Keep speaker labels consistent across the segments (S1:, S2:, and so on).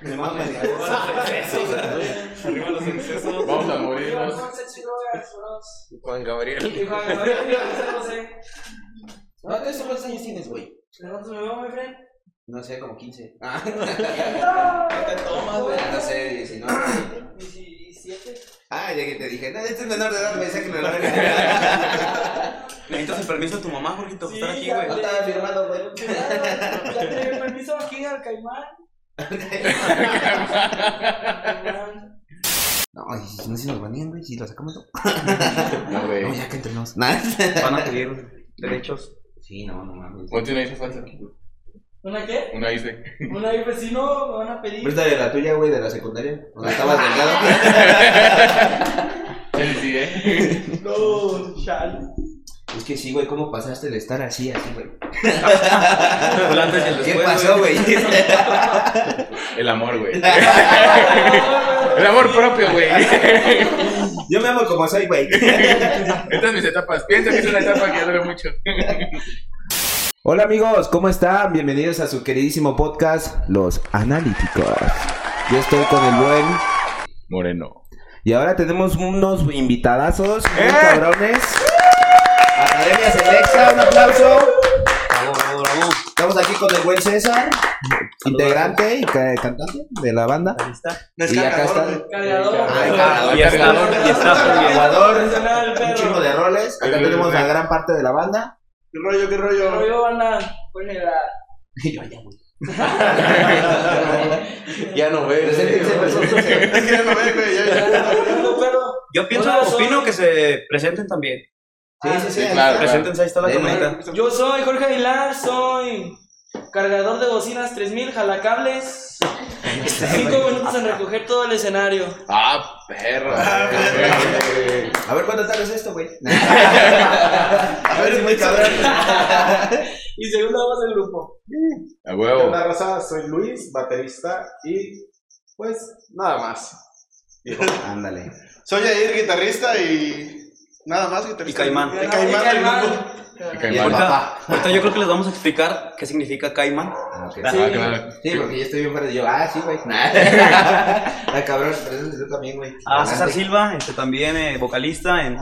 S1: Me mames. Arriba los excesos.
S2: Vamos a
S3: Arriba
S2: morirnos.
S3: los sexy drogas, bros.
S4: Juan Gabriel.
S3: Y Juan Gabriel, yo no sé.
S5: No, ¿tú eso cuántos años tienes, güey?
S3: ¿De ¿eh? cuántos me veo, mi friend?
S5: No sé, como 15. Ah,
S3: ¡No!
S1: te tomas, güey?
S5: no
S3: eh,
S5: sé, 19.
S3: 17.
S5: Ah, ya que te dije, no, este es menor de edad, me dice que me lo verga.
S1: Necesitas el permiso de tu mamá, Jorgito, para estar aquí,
S3: ya,
S5: No
S1: güey.
S5: estaba firmado, güey.
S3: Claro, ya te doy permiso aquí al caimán. Caimán.
S5: No, y no sé si nos banean, güey, si lo sacamos. No,
S2: No, güey.
S5: ya que entrenamos. Nada.
S4: Van a pedir derechos.
S5: Sí, no, no mames.
S2: Ponte una isla falsa.
S3: ¿Una qué?
S2: Una isla.
S3: Una ahí vecino me van a pedir.
S5: Préstale la tuya, güey, de la secundaria. Donde estabas delgado.
S2: Sí, sí, eh.
S3: No, chale.
S5: Es que sí, güey, ¿cómo pasaste de estar así, así, güey?
S1: El antes y el
S5: ¿Qué
S1: después,
S5: pasó, güey?
S2: El amor, güey. El amor propio, güey.
S5: Yo me amo como soy, güey.
S2: Estas mis etapas. Pienso que es una etapa que ya dura mucho.
S5: Hola amigos, ¿cómo están? Bienvenidos a su queridísimo podcast, Los Analíticos. Yo estoy con el buen.
S2: Moreno.
S5: Y ahora tenemos unos invitadazos, unos
S2: ¡Eh!
S5: cabrones. Academia Selecta, un aplauso. Estamos aquí con el buen César, integrante y ca- cantante de la banda.
S1: No es
S5: Y acá
S1: cargador,
S5: está-
S1: güey.
S3: Cargador.
S5: Ay,
S1: Y está, y está muy bien.
S3: Profesional,
S5: jugador, un
S3: perro.
S5: chingo de roles. Acá
S2: El-
S5: tenemos la gran parte de la banda.
S1: ¿Qué rollo, qué rollo?
S3: Rollo banda, ponle la.
S4: Ya no ves.
S5: Preséntense vosotros.
S1: Es que ya no ve, güey. ya- ya-
S3: Rollo, perro.
S4: Yo pienso,
S3: Hola, soy-
S4: opino que se presenten también.
S5: Sí, sí, sí,
S2: Sí,
S5: ahí
S2: claro.
S5: está.
S4: Preséntense, ahí está la
S5: Denle.
S4: camioneta.
S3: Yo soy Jorge Aguilar, soy cargador de bocinas 3000, jalacables.
S5: Este
S3: Cinco minutos en recoger todo el escenario.
S2: Ah, perro.
S5: A ver cuánto tarde es esto, güey.
S1: A ver, es muy cabrón.
S3: Y segunda voz del grupo.
S2: A
S6: ¿Qué
S2: huevo.
S6: onda, raza? Soy Luis, baterista y pues nada más.
S5: Ándale.
S1: Soy Jair, guitarrista y. Nada más, guitarrista.
S4: Y Caimán.
S1: Y Caimán del grupo.
S2: Y
S5: Y el
S2: Caimán.
S5: papá.
S4: Ahorita yo creo que les vamos a explicar qué significa Caimán.
S5: Ah, ok.
S2: Ah,
S5: Sí.
S2: claro.
S5: Sí, porque yo estoy bien fuera de yo. Ah, sí, güey. La cabrón, preséntate tú también, güey.
S1: Ah,
S4: A César Silva, este, también eh, vocalista en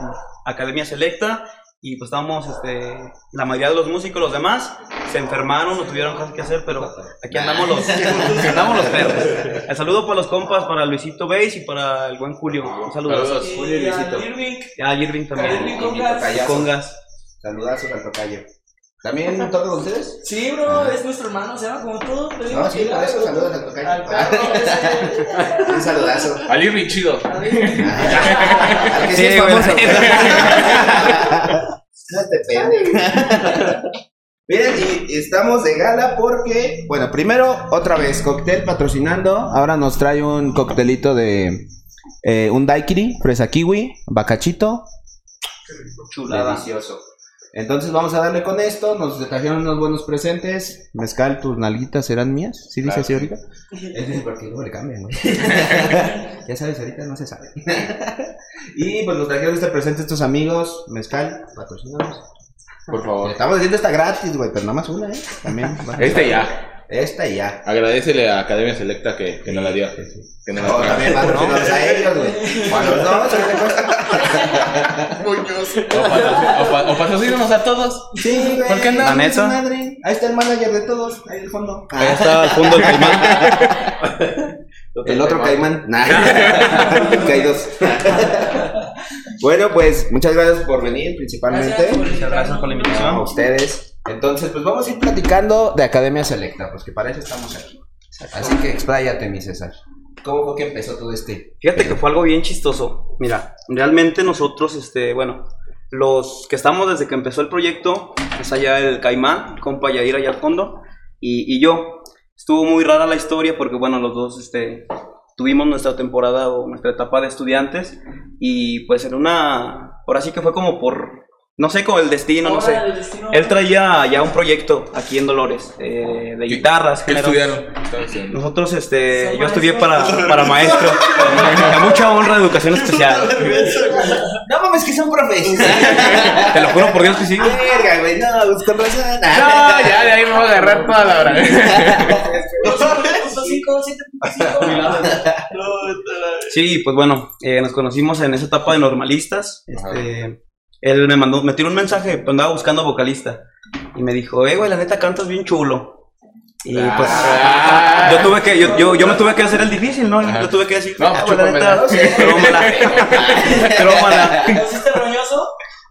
S4: Academia Selecta. Y pues estábamos, este, la mayoría de los músicos, los demás, se enfermaron, no tuvieron cosas que hacer, pero aquí andamos los, aquí andamos los perros. El saludo para los compas, para Luisito Beis y para el buen Julio. Un saludo.
S2: Saludos.
S5: Julio y
S3: Y a
S5: Luisito. Este
S3: Irving,
S4: Y a Irving
S3: Irving
S4: también.
S3: Congas.
S5: Tocayazo.
S4: Congas.
S5: Saludazos al tocayo. ¿También toca con ustedes?
S3: Sí, bro, es nuestro hermano, se llama como tú. le digo
S5: No, sí,
S3: que
S5: por
S3: la-
S5: eso saludos al
S3: Al
S5: tocayo.
S3: perro ese.
S5: Un saludazo.
S2: Ali Richido.
S5: Al que sí, es
S4: Sí, güey.
S5: famoso. No te pende. Miren, y estamos de gala porque, bueno, primero, otra vez, cóctel patrocinando. Ahora nos trae un coctelito de eh, un daiquiri, fresa kiwi, bacachito.
S4: Chulada.
S5: Delicioso. Entonces vamos a darle con esto. Nos trajeron unos buenos presentes. Mezcal, tus nalguitas serán mías. ¿Sí dice
S2: Claro.
S5: así ahorita? Este Es porque luego le cambian, güey. ya sabes, ahorita no se sabe. y pues nos trajeron este presente estos amigos. Mezcal, patrocinados.
S2: Por favor.
S5: Estamos diciendo esta gratis, güey, pero nada más una, ¿eh? También.
S2: Este ya.
S5: Esta y ya.
S2: Agradecele a Academia Selecta que, que nos la dio.
S5: Sí, sí.
S2: Que nos la
S5: Este, No, también patrocinados a ellos, güey. Cuando no, ¿sabes qué cosa?
S2: O patrocin- o pa- O patrocínanos a todos.
S5: Sí, güey.
S2: ¿Por qué no?
S4: La neta.
S5: Madre. Ahí está el manager de todos, ahí al fondo.
S4: Ahí está al fondo el Caimán.
S5: El otro caimán. Nah. Caídos. bueno, pues muchas gracias por venir principalmente.
S3: Gracias por invitarnos.
S4: Gracias por la
S5: A
S4: invitación.
S5: ustedes. Entonces, pues vamos a ir platicando de Academia Selecta, pues que para eso estamos aquí. Así que expláyate, mi César. ¿Cómo fue que empezó todo este?
S4: Fíjate que fue algo bien chistoso. Mira, realmente nosotros, este, bueno, los que estamos desde que empezó el proyecto, es allá el Caimán, el compa Yair allá al fondo, y, y yo. Estuvo muy rara la historia porque, bueno, los dos, este, tuvimos nuestra temporada o nuestra etapa de estudiantes, y pues en una, ahora sí que fue como por, no sé, con el destino, no sé.
S3: Hora del destino.
S4: Él traía ya un proyecto aquí en Dolores, eh, de guitarras.
S2: ¿Qué
S4: géneros.
S2: estudiaron? Estaban estudiando.
S4: Nosotros, este,
S3: Soy
S4: yo estudié
S3: maestro.
S4: para, para maestro. A mucha honra de educación especial.
S5: No mames, que son profes.
S4: Te lo juro por Dios que sí.
S5: Verga, güey, no, pues, con razón.
S2: No, ya de ahí me voy a agarrar toda la hora.
S3: Los hijos de puta
S4: Sí, pues bueno, eh, nos conocimos en esa etapa de normalistas. Este, él me mandó, me tiró un mensaje, pues, andaba buscando vocalista. Y me dijo, eh, güey, la neta cantas bien chulo. Y pues
S2: Ah.
S4: yo tuve que, yo, yo, yo me tuve que hacer el difícil, ¿no?
S2: Ajá.
S4: Yo tuve que decir,
S2: No,
S4: "Ah, güey, la
S2: chúpamela".
S4: neta, crómala. crómala.
S3: ¿Lo hiciste roñoso?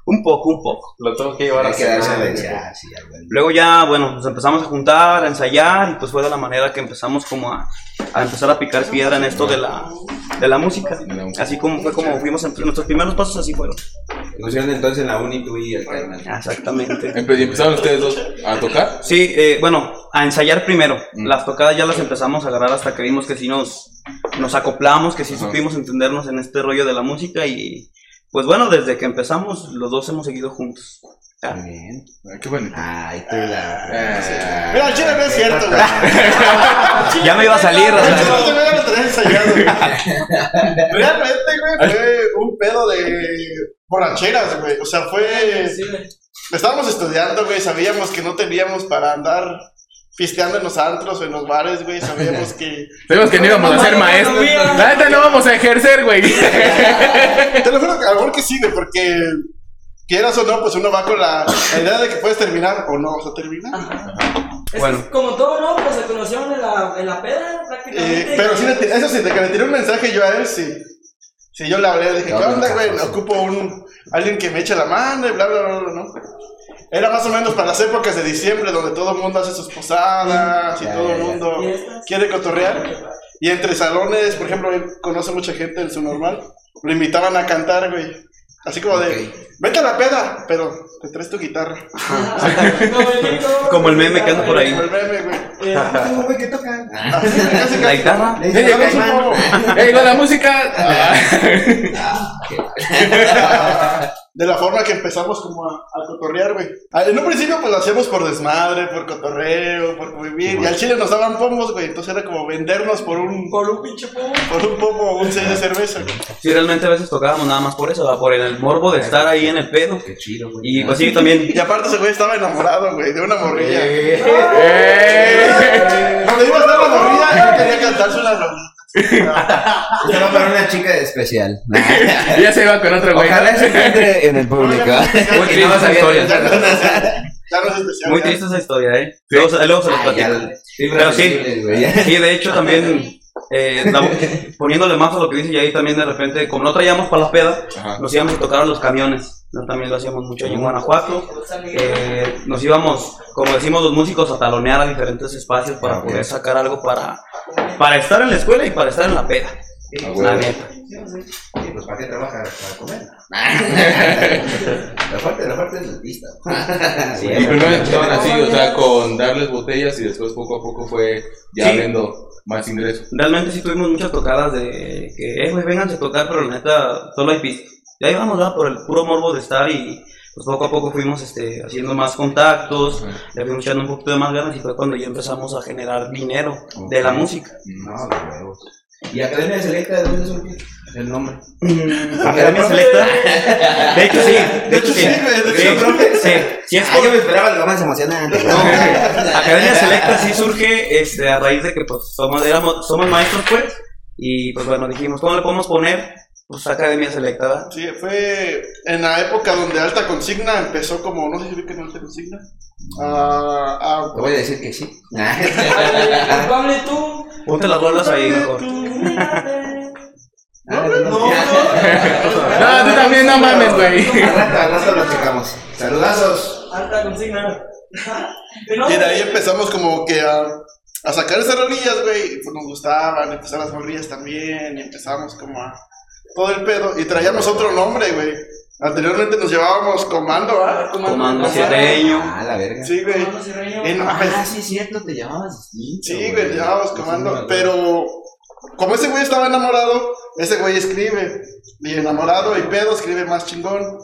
S4: Un poco, un poco.
S6: Lo tengo que llevar a
S5: Para quedarse
S6: cenar.
S5: de ya, sí, ya, güey.
S4: Luego ya, bueno, nos empezamos a juntar, a ensayar, y pues fue de la manera que empezamos como a, a empezar a picar piedra en esto de la, de la música. Así como fue como fuimos, en- nuestros primeros pasos así fueron.
S5: Pusieron entonces en la uni tú y el Caimán.
S4: Exactamente.
S2: Empe- Em, y empezaron ustedes dos a tocar.
S4: Sí, eh, bueno, a ensayar primero.
S2: Mm.
S4: Las tocadas ya las empezamos a agarrar hasta que vimos que sí nos, nos acoplamos, que sí
S2: Ajá.
S4: supimos entendernos en este rollo de la música y pues bueno, desde que empezamos los dos hemos seguido juntos. Ah,
S5: Bien.
S2: Ah, Qué bonito.
S5: Ay, tú la.
S2: Ah.
S1: Mira, al chile no es cierto, güey.
S4: ya me iba a salir, o
S1: Al
S4: sea,
S1: chile no te voy a lo tenés ensayado, güey. Realmente, güey, fue un pedo de borracheras, güey. O sea, fue.
S3: Sí, güey.
S1: Estábamos estudiando, güey, sabíamos que no teníamos para andar pisteando en los antros o en los bares, güey, sabíamos que...
S2: Sabemos que no íbamos a ser maestros. La neta no vamos a ejercer, güey.
S1: Te lo juro, que a lo mejor que sí, güey, porque quieras o no, pues uno va con la, la idea de que puedes terminar o no vas a terminar.
S3: Ajá.
S4: Bueno.
S3: Es que como todo, ¿no? Pues se conocieron en la, en la peda, prácticamente.
S1: Eh, pero sí, le ti- eso sí, de que le tiré un mensaje yo a él, sí. Sí, yo le hablé, dije, ¿qué onda, güey? Ocupo un, alguien que me eche la mano y bla, bla, bla, bla, ¿no? Era más o menos para las épocas de diciembre, donde todo el mundo hace sus posadas y
S5: Ya,
S1: todo
S5: ya,
S1: el
S5: ya.
S1: mundo
S3: Fiestas.
S1: quiere cotorrear. Y entre salones, por ejemplo, él conoce mucha gente en su normal. Lo invitaban a cantar, güey. Así como
S5: Ok.
S1: de, vete a la peda, pero te traes tu guitarra.
S3: Como el meme, ¿no?
S5: Ah.
S4: Como el meme que anda por ahí.
S1: Como el meme, güey.
S3: Eh,
S5: No, güey, ¿qué tocan?
S1: Así, casi,
S4: la
S1: casi.
S4: guitarra.
S5: Le
S1: Dame
S5: dije,
S1: un
S5: Caimán.
S1: poco.
S2: Ey, no, la música. Ah.
S1: De la forma que empezamos como a, a cotorrear, güey. Ah, En un principio, pues lo hacíamos por desmadre, por cotorreo, por convivir. Y al chile nos daban pomos, güey. Entonces era como vendernos por un,
S3: Por un pinche pomo.
S1: por un pomo o un seis de cerveza, güey.
S4: Sí, realmente a veces tocábamos nada más por eso, ¿verdad? por el morbo de estar ahí en el pedo.
S5: Qué chido, güey.
S4: Y pues sí, también.
S1: Y aparte ese güey estaba enamorado, güey, de una morrilla.
S2: Ey.
S1: Donde iba a estar la morrilla, yo quería cantarse unas rolitas.
S5: Estaba Ah, para una chica especial. Ah,
S2: Ya se va con otro güey.
S5: Ojalá se encuentre en el público. Y
S4: Muy
S5: no
S4: triste esa
S5: sabía
S4: historia.
S1: Ya no es especial. Ya no es especial.
S4: Muy
S1: ya.
S4: triste esa historia, ¿eh? Luego, se- luego se los
S5: Ah, ya,
S4: platico.
S5: fibras
S4: Pero sí.
S5: sensibles, güey.
S4: Sí, de hecho también eh, la- poniéndole más a lo que dice ahí también de repente, como no traíamos para las pedas,
S2: Ajá.
S4: nos íbamos a tocar a los camiones. ¿no? También lo hacíamos mucho allí en Guanajuato. Eh, nos íbamos, como decimos los músicos, a talonear a diferentes espacios para
S5: Ah,
S4: poder
S5: ok.
S4: sacar algo para, para estar en la escuela y para estar en la peda.
S5: Sí,
S2: Ah,
S4: La
S2: güey.
S4: neta.
S5: Sí, pues para qué trabajas, para comer. la fuerte, la fuerte es el pista.
S4: Sí,
S2: Y primero empezaban así, o sea, con darles botellas y después poco a poco fue ya
S4: Sí.
S2: abriendo más ingresos.
S4: Realmente sí tuvimos muchas tocadas de que, eh, güey, vénganse a tocar, pero la neta, solo hay pista. Y ahí vamos, ¿verdad? Por el puro morbo de estar y pues poco a poco fuimos este, haciendo más contactos, le fuimos echando un poquito de más ganas y fue cuando ya empezamos a generar dinero de la
S5: Ok.
S4: música.
S5: No, de huevos. ¿Y Academia Selecta de dónde surge? El nombre.
S4: Academia Selecta. De hecho, sí, de hecho, sí.
S5: güey,
S4: Sí,
S5: de hecho, profe.
S4: sí. Sí, es
S5: Ah, yo me esperaba algo más emocionante.
S4: No, Academia Selecta sí surge este, a raíz de que pues somos, éramos, somos maestros pues y pues bueno dijimos, ¿cómo le podemos poner? Pues Academia Selecta, ¿verdad?
S1: Sí, fue en la época donde Alta Consigna empezó como, no sé si vi que no Alta Consigna. Ah, ah,
S5: Te voy a decir que sí.
S6: Ah,
S3: Ay, Pablo, tú.
S4: Ponte las rolas ahí mejor.
S1: no, no, no.
S2: No, tú también no mames, güey.
S5: Al rato, al rato lo checamos. Saludazos.
S3: Alta consigna. Que no,
S1: Y de ahí
S3: güey.
S1: empezamos como que a, a sacar esas rolillas, güey. y Pues nos gustaban, empezar las morrillas también. Y empezamos como a todo el pedo. Y traíamos otro nombre, güey. Anteriormente nos llevábamos comando, ¿ah?
S4: Comando
S1: Ajá.
S4: Sierreño.
S5: Ah, la verga.
S1: Sí, güey.
S3: Comando Sierreño.
S1: Y no,
S5: Ah,
S1: pues,
S5: sí, cierto, te llamabas distinto.
S1: sí, güey, nos llevábamos comando. Pero como ese güey estaba enamorado, ese güey escribe. Y enamorado y pedo, escribe más chingón.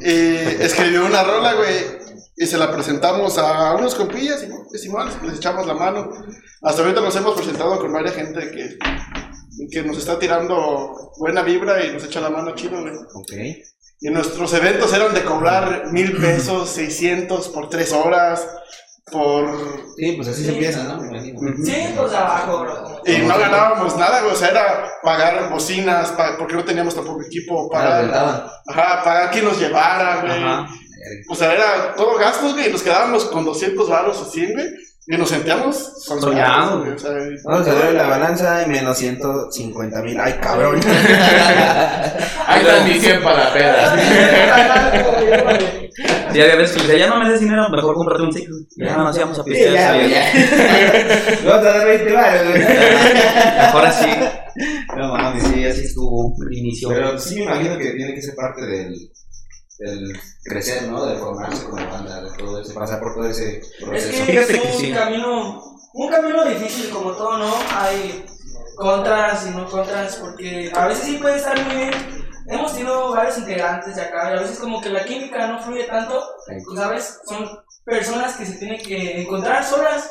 S1: Y escribió una rola, güey. Y se la presentamos a unos compillas y pues, igual les echamos la mano. Hasta ahorita nos hemos presentado con varias gente que, que nos está tirando buena vibra y nos echa la mano chido, güey.
S5: Ok.
S1: Y nuestros eventos eran de cobrar mil pesos, seiscientos por tres horas. por
S7: Sí, pues así
S3: Sí.
S7: se empieza, ¿no? Me imagino.
S3: Sí, pues abajo, bro.
S1: y no
S6: Ah,
S1: ganábamos nada, güey, o sea, era pagar bocinas, pa- porque no teníamos tampoco equipo,
S7: Ah,
S1: pagar,
S7: ¿verdad?
S1: ajá, pagar quien nos llevara, güey.
S4: Ajá.
S1: O sea, era todo gastos, güey, y nos quedábamos con 200 baros o 100, güey, y nos sentíamos
S4: Soñados,
S1: consolados, güey, o sea,
S6: Vamos a ver la balanza en menos 150 mil. Ay, cabrón.
S8: Ahí están mis 100 para la peda.
S4: Y había veces que decía, ya no me des dinero, mejor cómprate un ciclo. Ya no nos íbamos a
S6: Sí,
S4: pistear.
S6: ya,
S4: sabía.
S6: güey, ya. Le Vamos a dar 20 baros,
S4: Mejor así.
S6: No mames, sí, así estuvo.
S4: Inició.
S7: Pero sí me imagino que tiene que ser parte del, del crecer, ¿no? De formarse como banda, de todo ese, pasar por todo ese
S3: Es
S7: proceso.
S3: que es
S4: Fíjate que
S3: un
S4: sí.
S3: camino, un camino difícil como todo, ¿no? Hay contras y no contras, porque a veces sí puede estar muy bien. Hemos tenido varios integrantes de acá y a veces como que la química no fluye tanto, pues, ¿sabes? Son personas que se tienen que encontrar solas.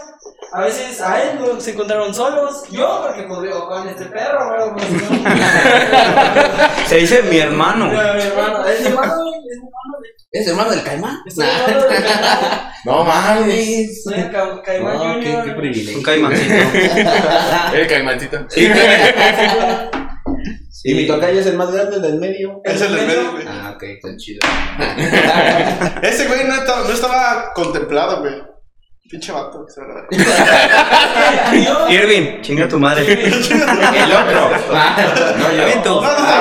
S3: A veces a él lo- se encontraron solos. Yo, porque pues digo, con este perro, güey, pues, no.
S4: Se dice mi hermano.
S3: Pero mi hermano, es mi hermano, güey, es mi hermano, güey.
S6: ¿Eres hermano del Caimán?
S3: Estoy hablando de Caimán,
S7: No mames.
S3: soy el Ca- Caimán
S7: No, qué,
S3: Junior.
S7: qué
S4: Un
S7: privilegio.
S4: caimancito.
S8: El caimancito.
S7: Y mi tocayo es el más grande del medio.
S1: es el del medio, güey.
S7: Ah, ok, está chido.
S1: Ese güey no, estaba- no estaba contemplado, güey. Pinche vato, o sea,
S3: Yo-
S4: Irving, chinga tu madre.
S7: El otro. no, yo.
S4: Ven tú.
S1: No, no, no, no.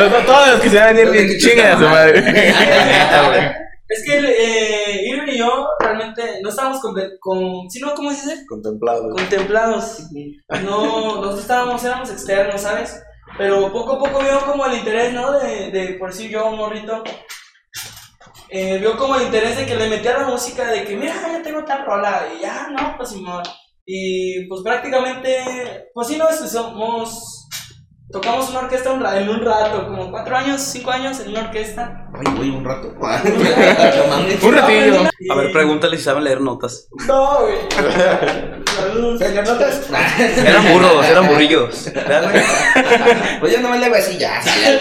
S8: Los- no, Todos los que se van a ir bien chingan a su madre.
S4: Neta, güey.
S3: Es que eh, Irving y yo realmente no estábamos con, con sino ¿cómo se dice?
S7: Contemplado.
S3: Contemplados. No, nosotros estábamos, éramos externos, ¿sabes? Pero poco a poco veo como el interés, ¿no? De, de por si yo, morrito, eh, veo como el interés de que le metiera la música, de que mira, ya tengo tal rola, y ya, no, pues Simón. Y pues prácticamente, pues sí, no, es que somos, tocamos una orquesta un ra- en un rato, como cuatro años, cinco años en una orquesta.
S6: Ay, voy un rato. No mames.
S8: Un ratillo.
S3: Y-
S4: A ver, pregúntale si saben leer notas.
S3: No, güey. Saludos.
S6: ¿Señor Notas?
S4: Eran burros, eran burrillos. ¿Verdad, güey?
S6: Pues yo nomás le hago así, ya. así, ya.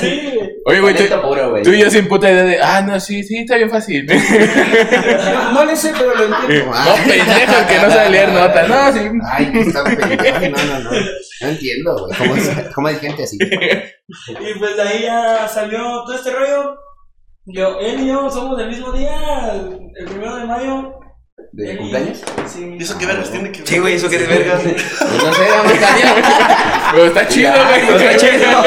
S3: Sí, güey.
S8: Oye, güey, tú,
S6: Talento puro, güey.
S8: tú y yo sin puta idea de. Ah, no, sí, sí, está bien fácil.
S6: No le sé, pero lo
S8: eh,
S6: entiendo.
S4: Ah.
S8: No, pendejo, el que no sabe leer notas. No, sí.
S6: Ay, que está pendejo. Ay, No, no, no. No entiendo, güey. ¿Cómo, es- cómo hay gente así?
S3: Y pues de ahí ya salió todo este rollo. Yo, él y yo somos del mismo día, el primero de mayo. Él
S6: ¿De
S3: y-
S6: cumpleaños?
S3: Sí.
S1: ¿Y eso qué vergas tiene que ver?
S4: Sí, güey, eso que es verga.
S6: Pues no sé, vamos a
S8: Pero está chido,
S4: Pero
S8: güey.
S4: está chido.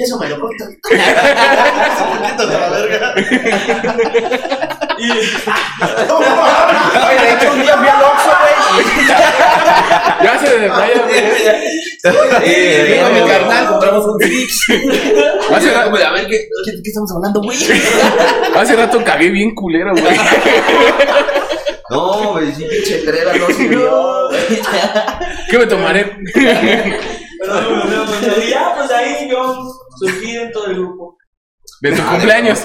S6: Eso me lo corto.
S1: Quítate a la verga.
S3: Y,
S6: Oye, de hecho, un día fui al Oxxo, güey.
S8: Ya se detalla, güey.
S6: Y
S4: Eh,
S6: con mi
S4: eh,
S6: carnal compramos un Six.
S8: Hace, ra-
S6: A ver, ¿qué, qué, qué estamos hablando, güey?
S8: hace rato cagué bien culero, güey.
S6: No, güey, sí, pinche treva no subió.
S8: ¿Qué me tomaré?
S3: pero, pero, pero, pero, y ya, pues de ahí yo surgí dentro del grupo.
S8: De tu cumpleaños.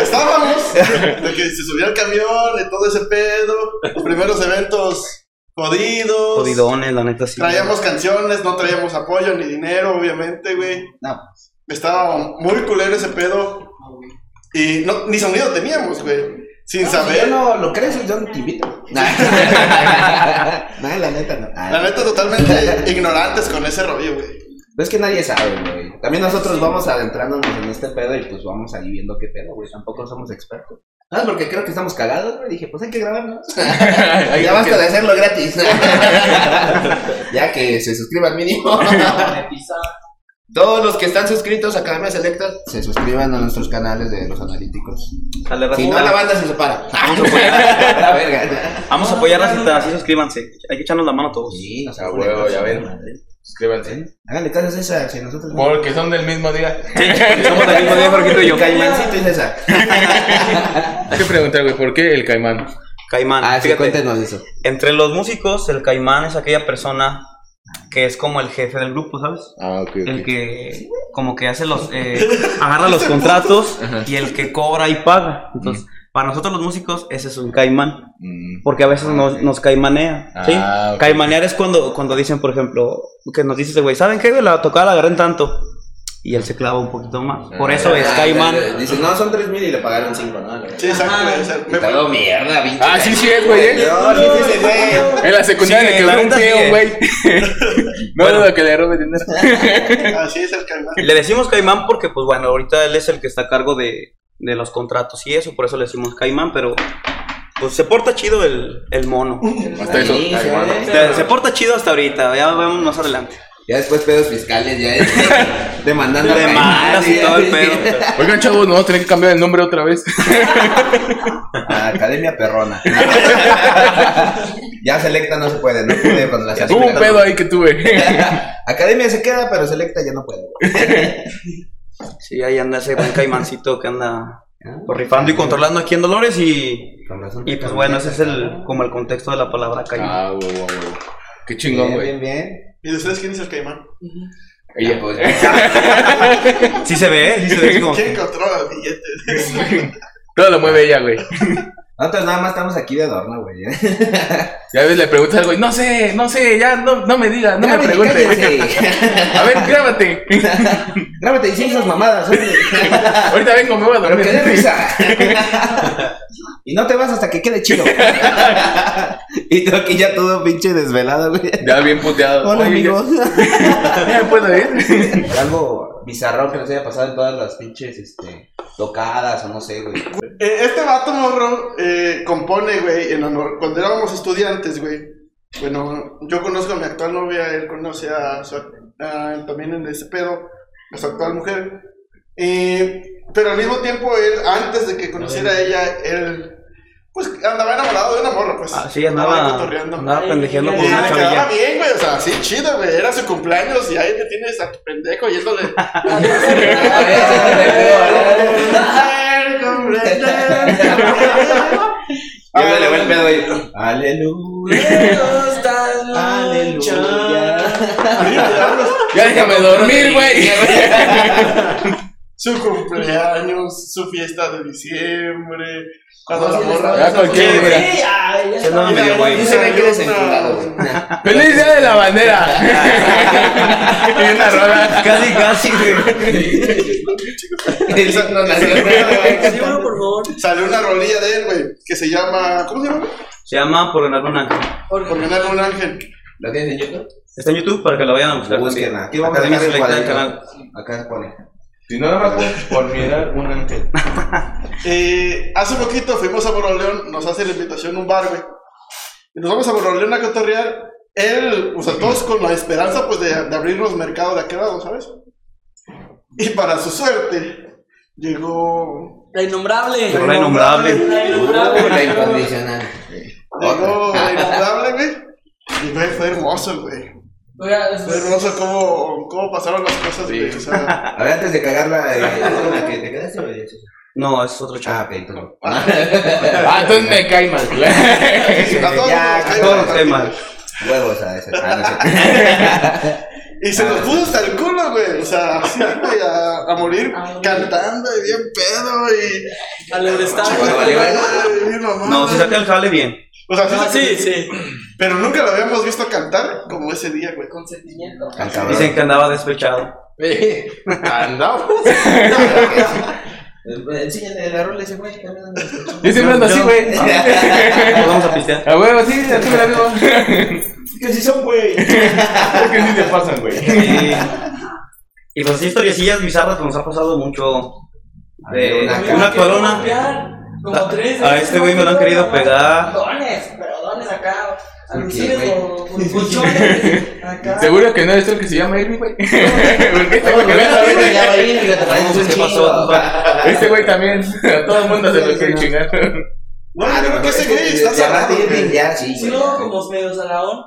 S1: Estábamos de que se subía el camión y todo ese pedo. Los primeros eventos jodidos.
S4: Jodidones, la neta, sí.
S1: Traíamos canciones, no traíamos apoyo ni dinero, obviamente, güey.
S6: No.
S1: Estaba muy culero ese pedo. Y no, ni sonido teníamos, güey. Sin
S6: Ah, Yo
S1: saber.
S6: no lo crees, yo no te invito. Nah. nah, la neta no. Ah, Nah.
S1: La neta, totalmente ignorantes con ese rollo, güey.
S6: Pero Pues es que nadie sabe, güey. También nosotros vamos adentrándonos en este pedo y pues vamos ahí viendo qué pedo, güey. Tampoco somos expertos. Nada, porque creo que estamos cagados, güey. Dije, pues hay que grabarnos.
S8: Ahí
S6: ya
S8: va
S6: basta de hacerlo gratis. ya que se suscriban mínimo. Todos los que están suscritos a Academia Selecta se suscriban a nuestros canales de los analíticos.
S4: Sale,
S6: Si no, la
S4: racita.
S6: banda se separa. Ah,
S4: Vamos a apoyar.
S6: la verga.
S4: Vamos a apoyar la cita, así suscríbanse. Hay que echarnos la mano todos.
S6: Sí, no se
S8: Ah, huevo, ya ven. Suscríbanse.
S6: Háganle caso a César, si nosotros.
S8: Porque son del mismo día.
S4: Somos del mismo día, Jorgito y yo.
S6: Caimancito y César.
S8: Hay que preguntar, güey, ¿por qué el caimán?
S4: Caimán.
S6: Ah, sí,
S4: Fíjate,
S6: cuéntenos eso.
S4: entre los músicos, el caimán es aquella persona que es como el jefe del grupo, ¿sabes?
S7: Ah, ok, ok.
S4: El que como que hace los... eh, agarra los contratos y el que cobra y paga. Entonces, para nosotros los músicos, ese es un caimán.
S7: Mm.
S4: Porque a veces nos, nos caimanea, ¿sí?
S7: Ah, ok.
S4: Caimanear es cuando, cuando dicen, por ejemplo, que nos dice ese güey, ¿saben qué, güey? La tocada la agarré en tanto. y él se clava un poquito más. Por
S6: Ah,
S4: eso es Caimán.
S6: Dices, no, son 3 mil y le pagaron 5, ¿no?
S1: Sí, exacto,
S3: Ajá.
S1: güey, o sea, me-
S6: Está todo mierda, pinche.
S8: Ah, sí, sí es, güey. ¿eh?
S6: No, sí, sí, sí, güey.
S8: En la secundaria
S4: Sí,
S8: le quebró
S4: la
S8: un
S4: neta sí,
S8: pie,
S4: eh.
S8: un güey. no es lo que le robe dinero.
S1: así es el caimán.
S4: Le decimos Caimán porque, pues bueno, ahorita él es el que está a cargo de, de los contratos y eso, por eso le decimos Caimán, pero pues se porta chido el, el mono.
S8: Hasta eso.
S6: Sí, sí,
S4: O
S6: sí.
S4: sea, Se porta chido hasta ahorita, ya vemos más adelante.
S6: Ya después pedos fiscales, ya es demandando a
S4: Demandas y
S6: Caimán,
S4: todo el
S6: ya,
S4: pedo.
S6: sí.
S8: Oigan, chavos, no vamos a tener que cambiar el nombre otra vez.
S6: Ah, Academia Perrona. ya Selecta no se puede, no puede con las
S8: Hubo un pedo ahí que tuve.
S6: Academia se queda, pero Selecta ya no puede.
S4: Sí, ahí anda ese buen Caimancito que anda pues, rifando y controlando aquí en Dolores y,
S6: Con razón.
S4: y pues bueno, ese es el como el contexto de la palabra Caimán.
S8: Ah, güey, güey, güey. Qué chingón,
S6: Bien,
S8: güey.
S6: bien, bien.
S1: ¿Y de ustedes quién es el caimán?
S8: Ella,
S6: pues.
S4: Sí se ve, ¿eh? sí se ve. es como-
S1: ¿Quién controla los billetes?
S8: Todo lo mueve ella, güey.
S6: Nosotros nada más estamos aquí de adorno, güey.
S8: Ya ves, le preguntas algo y no sé, no sé, ya no, no me digas, no me preguntes. A ver, grábate.
S6: Grábate y sin esas mamadas, oye.
S8: Ahorita vengo, me voy a
S6: Pero que dé
S8: dormir.
S6: risa. y no te vas hasta que quede chido. y tú aquí ya todo pinche desvelado, güey.
S8: Ya bien puteado.
S6: Hola,
S8: Oye, ya-
S6: amigos.
S8: Ya me puedo ir.
S6: Algo bizarrón que nos haya pasado en todas las pinches este, tocadas o no sé, güey.
S1: Eh, este vato morro eh, compone, güey, en honor. Cuando éramos estudiantes, güey. Bueno, yo conozco a mi actual novia, él conoce a su act- a él también en ese pedo, a su actual mujer. Eh, pero al mismo tiempo, él, antes de que conociera a ella, él, pues andaba enamorado de una morra, pues.
S4: Ah, sí, andaba,
S1: cotorreando.
S4: andaba pendejeando
S1: Y
S4: con
S1: le
S4: una
S1: quedaba
S4: chavilla.
S1: bien, güey, o sea, sí, chido, güey. Era su cumpleaños y ahí te tienes a tu pendejo y eso le.
S6: Ya me le va el pedo ahí. Aleluya.
S3: Aleluya.
S8: Ya déjame dormir, güey.
S1: su cumpleaños, su fiesta de diciembre. Cuando la morra.
S8: Ya cualquier
S1: Sí,
S8: día.
S4: Sí, andaba medio güey.
S1: Dice
S6: Dicen
S1: que
S6: que
S1: eres
S6: eres
S1: enculado, güey.
S8: ¡Feliz día de la bandera! y una rola.
S4: Casi, casi, güey.
S6: El himno nacional.
S3: Libro, por favor.
S1: Salió una rolilla de él, güey, que se llama. ¿Cómo se llama?
S4: Se llama Por ganar un ángel.
S1: Por ganar un ángel.
S6: ¿Lo tienes en YouTube?
S4: Está en YouTube para que la vayan a buscar.
S6: Busquen.
S4: también.
S6: Aquí vamos a
S4: Academia
S6: dejar el
S4: Selecta del
S6: cuadrito.
S4: canal.
S6: Acá se pone.
S2: Si no, nada más por mirar un ángel.
S1: Eh, hace poquito fuimos a Borroleón, nos hace la invitación a un bar, güey. Y nos vamos a Borroleón a cotorrear. Él, o sea, todos con la esperanza, pues, de, de abrirnos mercado de aquel lado, ¿sabes? Y para su suerte, llegó.
S3: La innombrable.
S4: Por la innombrable.
S3: La
S6: La
S3: innombrable.
S6: incondicional.
S1: Llegó la innombrable, güey. Y, güey, fue hermoso, güey.
S3: Oiga, es-
S1: Fue hermoso cómo, cómo pasaron las cosas, güey. O sea,
S6: A ver, antes de cagarla, eh, con la que te quedaste, güey.
S4: No, es otro chavo.
S6: Ah, ok, tú.
S8: Ah, entonces me cae mal.
S1: a todos
S6: ya,
S1: nos
S6: a
S1: cae
S6: todos
S1: mal.
S6: nos
S4: cae mal.
S6: Huevos a ese. Ah, no sé.
S1: Y se nos
S6: Ah.
S1: puso hasta el culo, güey. O sea, así, güey, a, a morir
S3: Ah, güey.
S1: cantando y bien pedo y.
S3: Al Eurostar.
S6: Bueno, vale, vale.
S1: Ay, bien mamada.
S4: No, se saca el jale bien.
S1: O sea, sí,
S3: No, sí,
S1: sí,
S3: sí.
S1: Pero nunca lo habíamos visto cantar como ese día, güey.
S3: Consentimiento.
S6: Al cabrón.
S4: Dicen que andaba despechado.
S8: Andamos.
S6: Enséñale la rola a ese güey. también anda escuchando.
S8: Yo siempre ando así, güey.
S4: Nos vamos a pistear.
S8: A huevo, sí, así me la vivo. Que sí te pasan, güey.
S4: Y, y pues así historiecillas bizarras que nos ha pasado mucho. De
S6: A mí
S4: una corona.
S3: Como tres.
S4: A este güey me lo han querido pegar.
S3: Dones, pero dones acá. Alucines
S6: güey.
S3: o colchones. Acá.
S8: Seguro que no es el que se llama Irving, güey. ¿Por qué este güey también lo
S6: Bueno, ya
S8: ve?
S6: va a ir, fíjate, parece un
S4: ¿Qué
S6: chingo.
S4: pasó?
S6: Ah,
S8: Este güey también. A todo el mundo se lo quiere chingar.
S1: Ah, No, yo creo que ese güey
S6: Ya
S1: está
S6: va a
S1: cerrado,
S6: ir,
S1: güey.
S6: Ya, sí.
S3: Si
S6: güey.
S3: no, como medio salaón.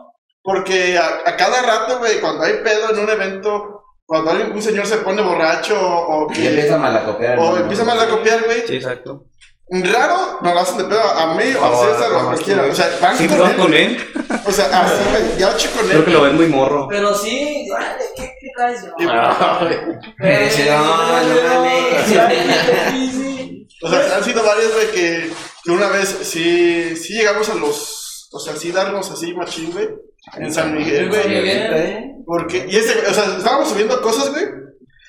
S1: Porque a, a cada rato, güey, cuando hay pedo en un evento, cuando alguien, un señor se pone borracho o
S6: Y empieza
S1: que.
S6: a malacopear.
S1: O
S6: ¿no?
S1: Oh, empieza mal a copiar, güey.
S4: Sí, exacto.
S1: Raro, no lo hacen de pedo a mí, o a César, o a cualquiera. O sea, van
S4: Sí,
S1: con
S4: van
S1: él.
S4: con él.
S1: O sea, así, güey, ya ocho con
S4: Creo que
S1: él.
S4: lo ven muy morro.
S3: Pero sí, ay, ¿qué, qué traes? No,
S1: Y-
S4: Ah,
S3: Eh,
S6: Sí, no, no mames.
S3: sí, sí.
S1: O sea, han sido varias, güey, que, que una vez sí, sí llegamos a los. O sea, sí darnos así, machín, güey. En San Miguel,
S3: El
S1: güey.
S3: güey,
S1: Porque. Y ese, güey, o sea, estábamos subiendo cosas, güey.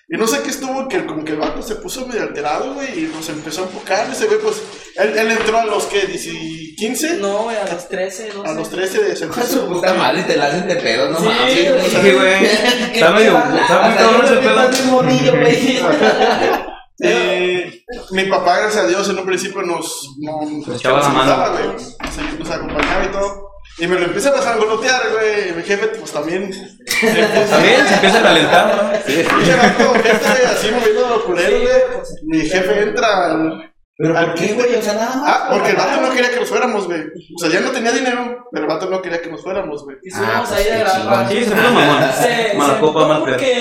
S1: Y no sé qué estuvo, que como que el vato se puso medio alterado, güey, y nos empezó a enfocar. Ese güey, pues, él, él entró a los que, 15,
S3: No, güey, a los 13, no
S1: a
S3: sé.
S1: los 13 de
S6: Con su puta madre te la hacen de pedo, no
S3: Sí,
S6: mames.
S3: güey.
S4: Sí, güey. Está medio. Está muy
S6: Hasta
S4: cabrón
S6: yo
S4: ese
S6: me siento
S4: pedo.
S6: bien morrillo, güey.
S1: Eh, mi papá, gracias a Dios, en un principio nos, no- nos
S4: echaba la mano.
S1: ayudaba, güey. O sea, que nos acompañaba y todo. Y me lo empiezan a sangolotear, güey. Y mi jefe, pues también.
S4: También se empieza a calentar, ¿no?
S1: Pinche vato, gente así moviendo los culeros, güey. Mi jefe entra al.
S6: Pero
S1: al
S6: ¿por qué,
S1: quinto.
S6: güey? O sea, nada más.
S1: Ah, porque el vato no quería que nos fuéramos, güey. O sea, ya no tenía dinero, pero el vato no quería que nos fuéramos, güey.
S3: Y estuvimos
S6: Ah,
S3: ahí
S6: pues,
S3: a
S6: qué
S3: la
S6: chingón.
S3: par.
S4: Sí, se puso mamón.
S3: Se,
S4: Mala
S3: se
S4: copa,
S3: enojó
S4: mala
S3: porque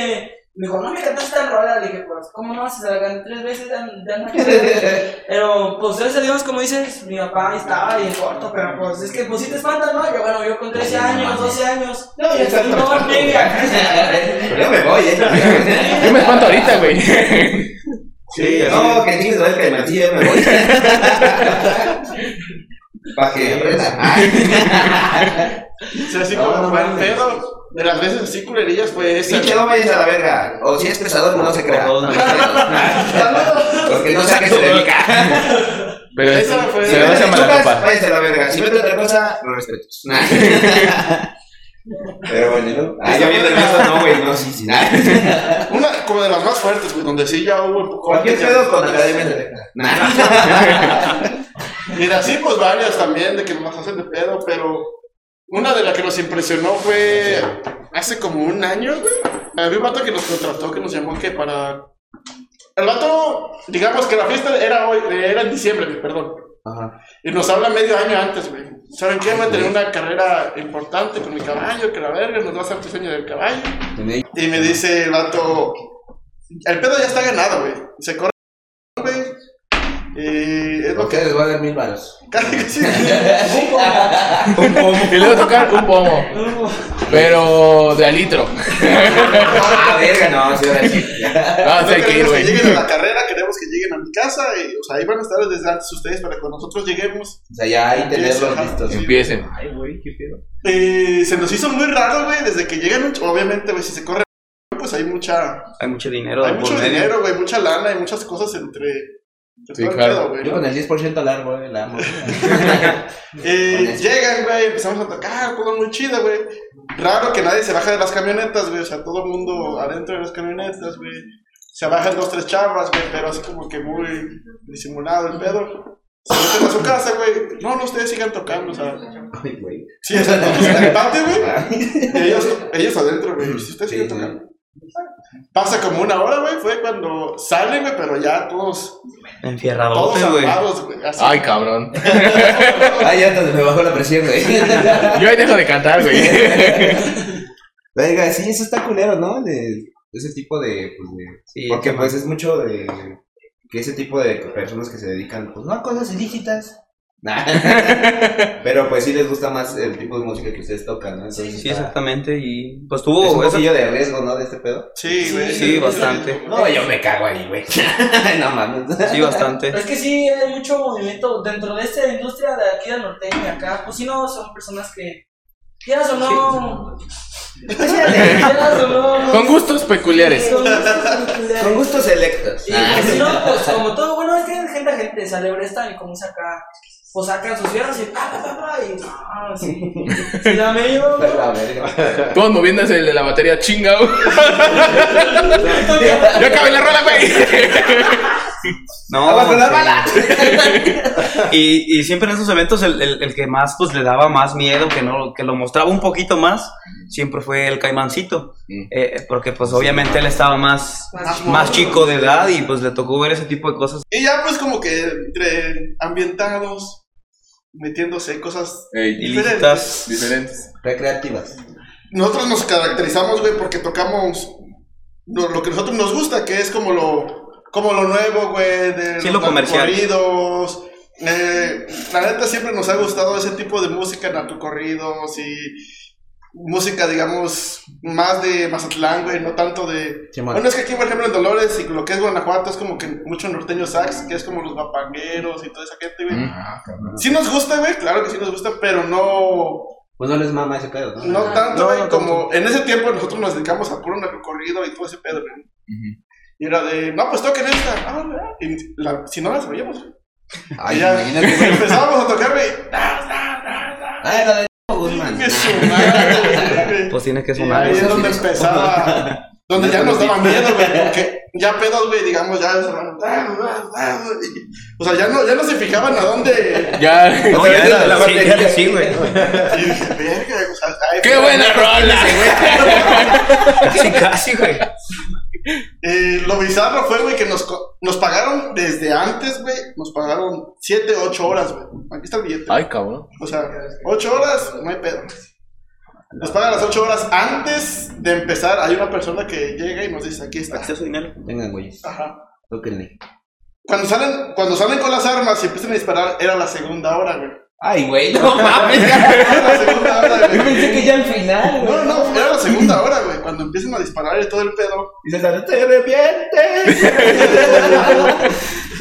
S3: me dijo, no me cantaste tan rola. Le dije, pues, ¿cómo no? Si se la gané tres veces, ya, ya no quiero. Pero, pues, gracias a Dios, como dices, mi papá ahí estaba ahí en corto. Pero, pues, es que, pues, sí te espantas, ¿no? Yo, bueno, yo con 13 años, 12 años.
S6: No, ya está.
S3: No, nega.
S6: Pero Yo me voy, eh.
S8: Yo me espanto ahorita, güey.
S4: Sí,
S6: No, que chingues, güey, que me yo me voy. Pa' que aprenda. Ah,
S1: O sea, así
S6: No,
S1: como
S6: no
S1: mal
S6: mames.
S1: pedo. De las veces así culerillas, fue esa.
S6: Pinche no vayas a la verga. O si es pesador, no se crea.
S4: Por
S6: Porque no saques de mi casa.
S8: Pero
S1: Esa fue-
S8: se le va
S6: Si
S8: a hacer mala
S6: Eh, chocas,
S8: copa.
S6: váyanse a la verga. Si mete otra cosa, lo respetos. Pero bueno, ¿no? Ah, yo bien nervioso, no, güey. No, sí, sí. nada.
S1: Una como de las más fuertes, güey, donde sí ya hubo empujón.
S6: Cualquier
S1: Ya-
S6: pedo con academia de Nah.
S1: Y de así, pues varias también, de que nos hacen de pedo, pero una de las que nos impresionó fue hace como un año, güey. Había un vato que nos contrató, que nos llamó que para. El vato, digamos que la fiesta era hoy, eh, era en diciembre, güey, perdón. Y nos habla medio año antes, güey. ¿Saben qué? Voy a tener una carrera importante con mi caballo, que la verga, nos va a hacer diseño del caballo. Y me dice el vato, el pedo ya está ganado, güey. Se corre, güey. Eh, es lo
S6: Ok,
S1: que
S6: les voy a dar mil baros.
S1: Casi, casi.
S8: Un pomo. Y luego tocar un pomo. Pero de al litro.
S6: Ah, verga, no, sí, ahora sí.
S8: Ah, sí,
S1: No
S8: hay que ir,
S1: queremos que
S8: güey.
S1: lleguen a la carrera, queremos que lleguen a mi casa. Y, o sea, ahí van a estar desde antes ustedes para que cuando nosotros lleguemos.
S6: O sea, ya hay tenerlos
S1: Ajá.
S6: listos.
S8: Empiecen.
S1: Eh, se nos hizo muy raro, güey, desde que llegan. Obviamente, güey, si se corre, pues hay mucha.
S4: Hay mucho dinero.
S1: Hay
S4: de por
S1: mucho
S4: medio.
S1: dinero, güey, mucha lana y muchas cosas entre. entre
S8: Sí,
S1: todo el
S8: claro.
S1: pedo, güey, ¿no?
S6: Yo con el 10% largo, eh, la amo.
S1: Eh,
S6: Con
S1: llegan, güey, empezamos a tocar, todo muy chido, güey. Raro que nadie se baja de las camionetas, güey. O sea, todo el mundo adentro de las camionetas, güey. Se bajan dos, tres chavas, güey, pero así como que muy disimulado el pedo. Se meten a su casa, güey. No, no, ustedes sigan tocando, o sea.
S6: Ay, güey.
S1: Sí, o sea, todos en el patio, güey.
S6: Ah,
S1: y Ellos, ellos adentro, güey. Si ustedes siguen
S6: Sí, sí.
S1: tocando. Pasa como una hora, güey. Fue cuando salen, güey, pero ya todos, todos
S4: Enfierradote, güey.
S1: armados, güey. así.
S8: Ay, cabrón.
S6: Ay, ya hasta se me bajó la presión, güey.
S8: Yo ahí dejo de cantar, güey.
S6: Verga, sí, eso está culero, ¿no? De ese tipo de, pues, de-
S4: Sí,
S6: Porque
S4: sí,
S6: pues es mucho de que ese tipo de personas que se dedican, pues no a cosas ilícitas. Nah. Pero pues sí les gusta más el tipo de música que ustedes tocan, ¿no? Entonces,
S4: Sí,
S6: está-
S4: exactamente. Y
S6: pues,
S4: pues
S6: es un
S4: tuvo esa
S6: poquillo de riesgo, ¿no? De este pedo.
S1: Sí, güey.
S4: Sí, bastante.
S6: No, yo me cago ahí, güey. no mames.
S4: Sí, bastante.
S3: Es que sí, hay mucho movimiento dentro de esta industria de aquí del norteño y acá. Pues si no, son personas que, quieras o no, Pues quieras o no,
S8: Con gustos peculiares.
S3: Con gustos
S6: Con gustos selectos. Ah,
S3: Y pues no, pues como todo, bueno, es que hay gente, gente se alebresta y como saca, pues sacan sus fierros y pa, pa, pa, pa, y no, sí. Si la medio,
S6: Pero, a ver,
S8: Todos moviéndose el de la batería chinga, güey. Yo acabé la rola, güey.
S4: No,
S6: ¡Agua con la
S4: sí.
S6: bala!
S4: y, y siempre en esos eventos el, el- el que más pues le daba más miedo, que no que lo mostraba un poquito más, siempre fue el caimancito.
S6: Mm.
S4: Eh, porque pues obviamente él estaba más,
S3: Más
S4: más chico de edad y pues le tocó ver ese tipo de cosas.
S1: Y ya pues como que entre ambientados, metiéndose en cosas diferentes.
S4: Ilícitas.
S8: Diferentes.
S6: Recreativas.
S1: Nosotros nos caracterizamos, güey, porque tocamos lo, lo que a nosotros nos gusta, que es como lo, como lo nuevo, güey, de
S4: Sí,
S1: los
S4: lo comercial.
S1: narcocorridos. Eh, la neta siempre nos ha gustado ese tipo de música, narcocorridos y música, digamos, más de Mazatlán, güey, no tanto de, Bueno, es que aquí, por ejemplo, en Dolores y lo que es Guanajuato es como que mucho norteño sax, que es como los guapangueros y toda esa gente,
S6: Mm.
S1: güey. Sí nos gusta, güey, claro que sí nos gusta, pero no,
S6: Pues no les mama ese pedo, ¿no?
S1: no
S6: Ah,
S1: tanto,
S4: no,
S1: güey,
S4: no tanto.
S1: como en ese tiempo nosotros nos dedicamos a puro recorrido y todo ese pedo, güey. Y era de, no, pues toquen esta. Ah, ¿verdad? y la- si no la sabíamos.
S6: Ay,
S1: y ya
S6: imagínate.
S1: empezábamos a tocar, güey.
S6: Ah, era de Guzmán.
S1: Que su madre, güey.
S4: Pues tiene que
S1: Y
S4: sonar.
S1: ahí es
S4: güey.
S1: donde empezaba, donde ya nos daba miedo, güey, porque ya pedos, güey, digamos, ya. "Ah, O sea, ya no, ya no se fijaban a dónde.
S8: Ya.
S4: No, ya era
S6: La
S4: la
S6: batería.
S4: batería, sí, güey.
S1: Y dije, verga, o sea, ay,
S8: ¡Qué
S1: pero-
S8: buena rola!
S4: Casi, casi, güey.
S1: Eh, lo bizarro fue, güey, que nos, co- nos pagaron desde antes, güey, nos pagaron 7, 8 horas, güey. Aquí está el billete.
S8: Ay, cabrón.
S1: O sea, 8 horas, no hay pedo. Nos pagan las 8 horas antes de empezar. Hay una persona que llega y nos dice, aquí está.
S4: Acceso dinero.
S6: Vengan, güeyes.
S1: Ajá.
S6: Tóquenle.
S1: Cuando salen, cuando salen con las armas y empiezan a disparar, era la segunda hora, güey.
S6: Ay, güey, no mames.
S1: Era la segunda hora,
S6: Yo
S1: güey.
S6: pensé que ya al final, güey.
S1: No, no, era la segunda hora, güey. Cuando empiezan a disparar y todo el pedo.
S6: Dices, "Ah, te arrepientes.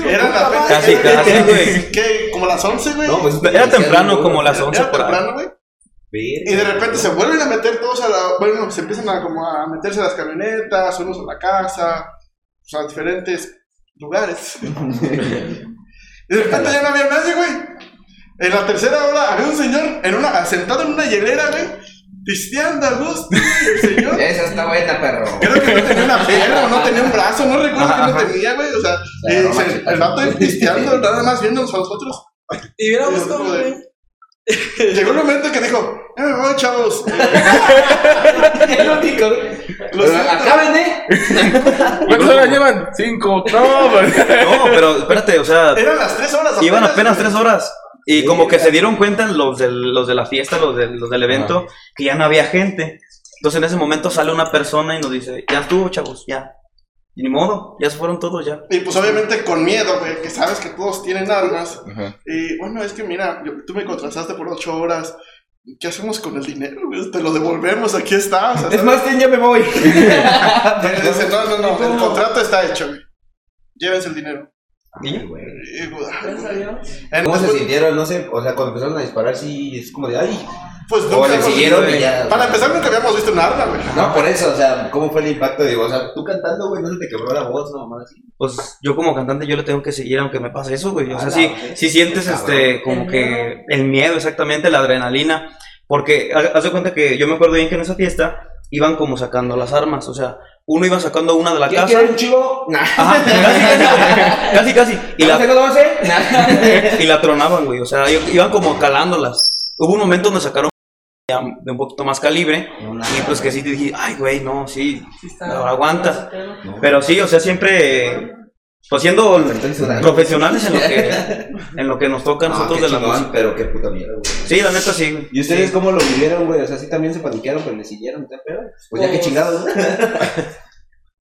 S1: Eran la
S4: Casi, casi, güey.
S1: ¿Qué? Como las 11, güey.
S6: No, pues,
S4: Era temprano, como las
S1: Era
S4: 11 por ahí.
S1: temprano, güey. Y de repente se vuelven a meter todos a la. Bueno, se empiezan a, como a meterse a las camionetas, unos a la casa, o sea, a diferentes lugares. y de repente ya no había nadie, güey. En la tercera hora había un señor en una, sentado en una hielera, güey, pisteando a gusto, el señor.
S6: Esa está buena, perro.
S1: Creo que no tenía una pierna, o no tenía un brazo, no recuerdo que no tenía, güey. O sea,
S6: Ajá.
S1: y se- el vato ahí pisteando, nada más viéndonos a nosotros.
S3: Y hubiéramos como,
S1: Joder.
S3: güey.
S1: Llegó el momento que dijo, ya me voy, chavos.
S6: El único.
S1: Lo siento.
S6: Acaben, eh.
S8: ¿Cuántas horas llevan? Cinco. No, pues.
S4: No, pero espérate, o sea,
S1: Eran las tres horas.
S4: llevan apenas tres horas. Y como que se dieron cuenta los, del- los de la fiesta, los, del- los del evento, que ya no había gente. Entonces en ese momento sale una persona y nos dice, ya estuvo, chavos, ya. Y ni modo, ya se fueron todos ya.
S1: Y pues obviamente con miedo, güey, que sabes que todos tienen armas.
S8: Ajá.
S1: Y bueno, es que mira, yo- tú me contrataste por ocho horas. ¿Qué hacemos con el dinero? güey? Te lo devolvemos, aquí está. o sea, ¿sabes?
S6: Es más, ya me voy.
S1: Y dice, no, no, no, el contrato está hecho, güey. Llévense el dinero. Y, "Ah, güey, ay,
S3: Gracias a
S1: güey.
S3: Dios.
S1: En-
S6: ¿Cómo se
S1: pues,
S6: sintieron? No sé, o sea, cuando empezaron a disparar, sí, es como de, ay.
S1: pues
S6: O
S1: nunca
S6: le
S1: hemos
S6: siguieron
S1: visto-
S6: y ya.
S1: Para empezar, nunca habíamos visto un arma, güey.
S6: No, por eso, o sea, ¿cómo fue el impacto? Digo, o sea, tú cantando, güey, no se te quebró la voz, no, mamá. así.
S4: Pues yo como cantante yo le tengo que seguir aunque me pase eso, güey. O sea,
S6: Ah,
S4: sí,
S6: la madre.
S4: sí sientes este, como
S3: El
S4: que el miedo, exactamente, la adrenalina. Porque ha- haz de cuenta que yo me acuerdo bien que en esa fiesta iban como sacando las armas. O sea, uno iba sacando una de la
S6: ¿Quién
S4: casa.
S6: quiere un chivo? Nah.
S4: Ajá, casi, casi, casi, casi. Y la,
S6: ¿Cómo se Nah.
S4: y la tronaban, güey. O sea, i- iban como calándolas. Hubo un momento donde sacaron ya de un poquito más calibre. Y pues que sí te dije, ay, güey, no, sí.
S3: Sí está-
S4: No, aguanta.
S3: está soltero.
S4: Pero sí, o sea, siempre, pues siendo
S6: Estoy sudando.
S4: profesionales en lo que, en lo que nos toca a
S6: No,
S4: nosotros
S6: Ah, qué
S4: de la
S6: chingón,
S4: música.
S6: pero qué puta mierda, güey.
S4: Sí, la neta sí. güey.
S6: ¿Y ustedes cómo lo vivieron, güey? O sea, sí también se paniquearon, pero le siguieron, ¿te pedo? Pues ya que chingados, ¿no?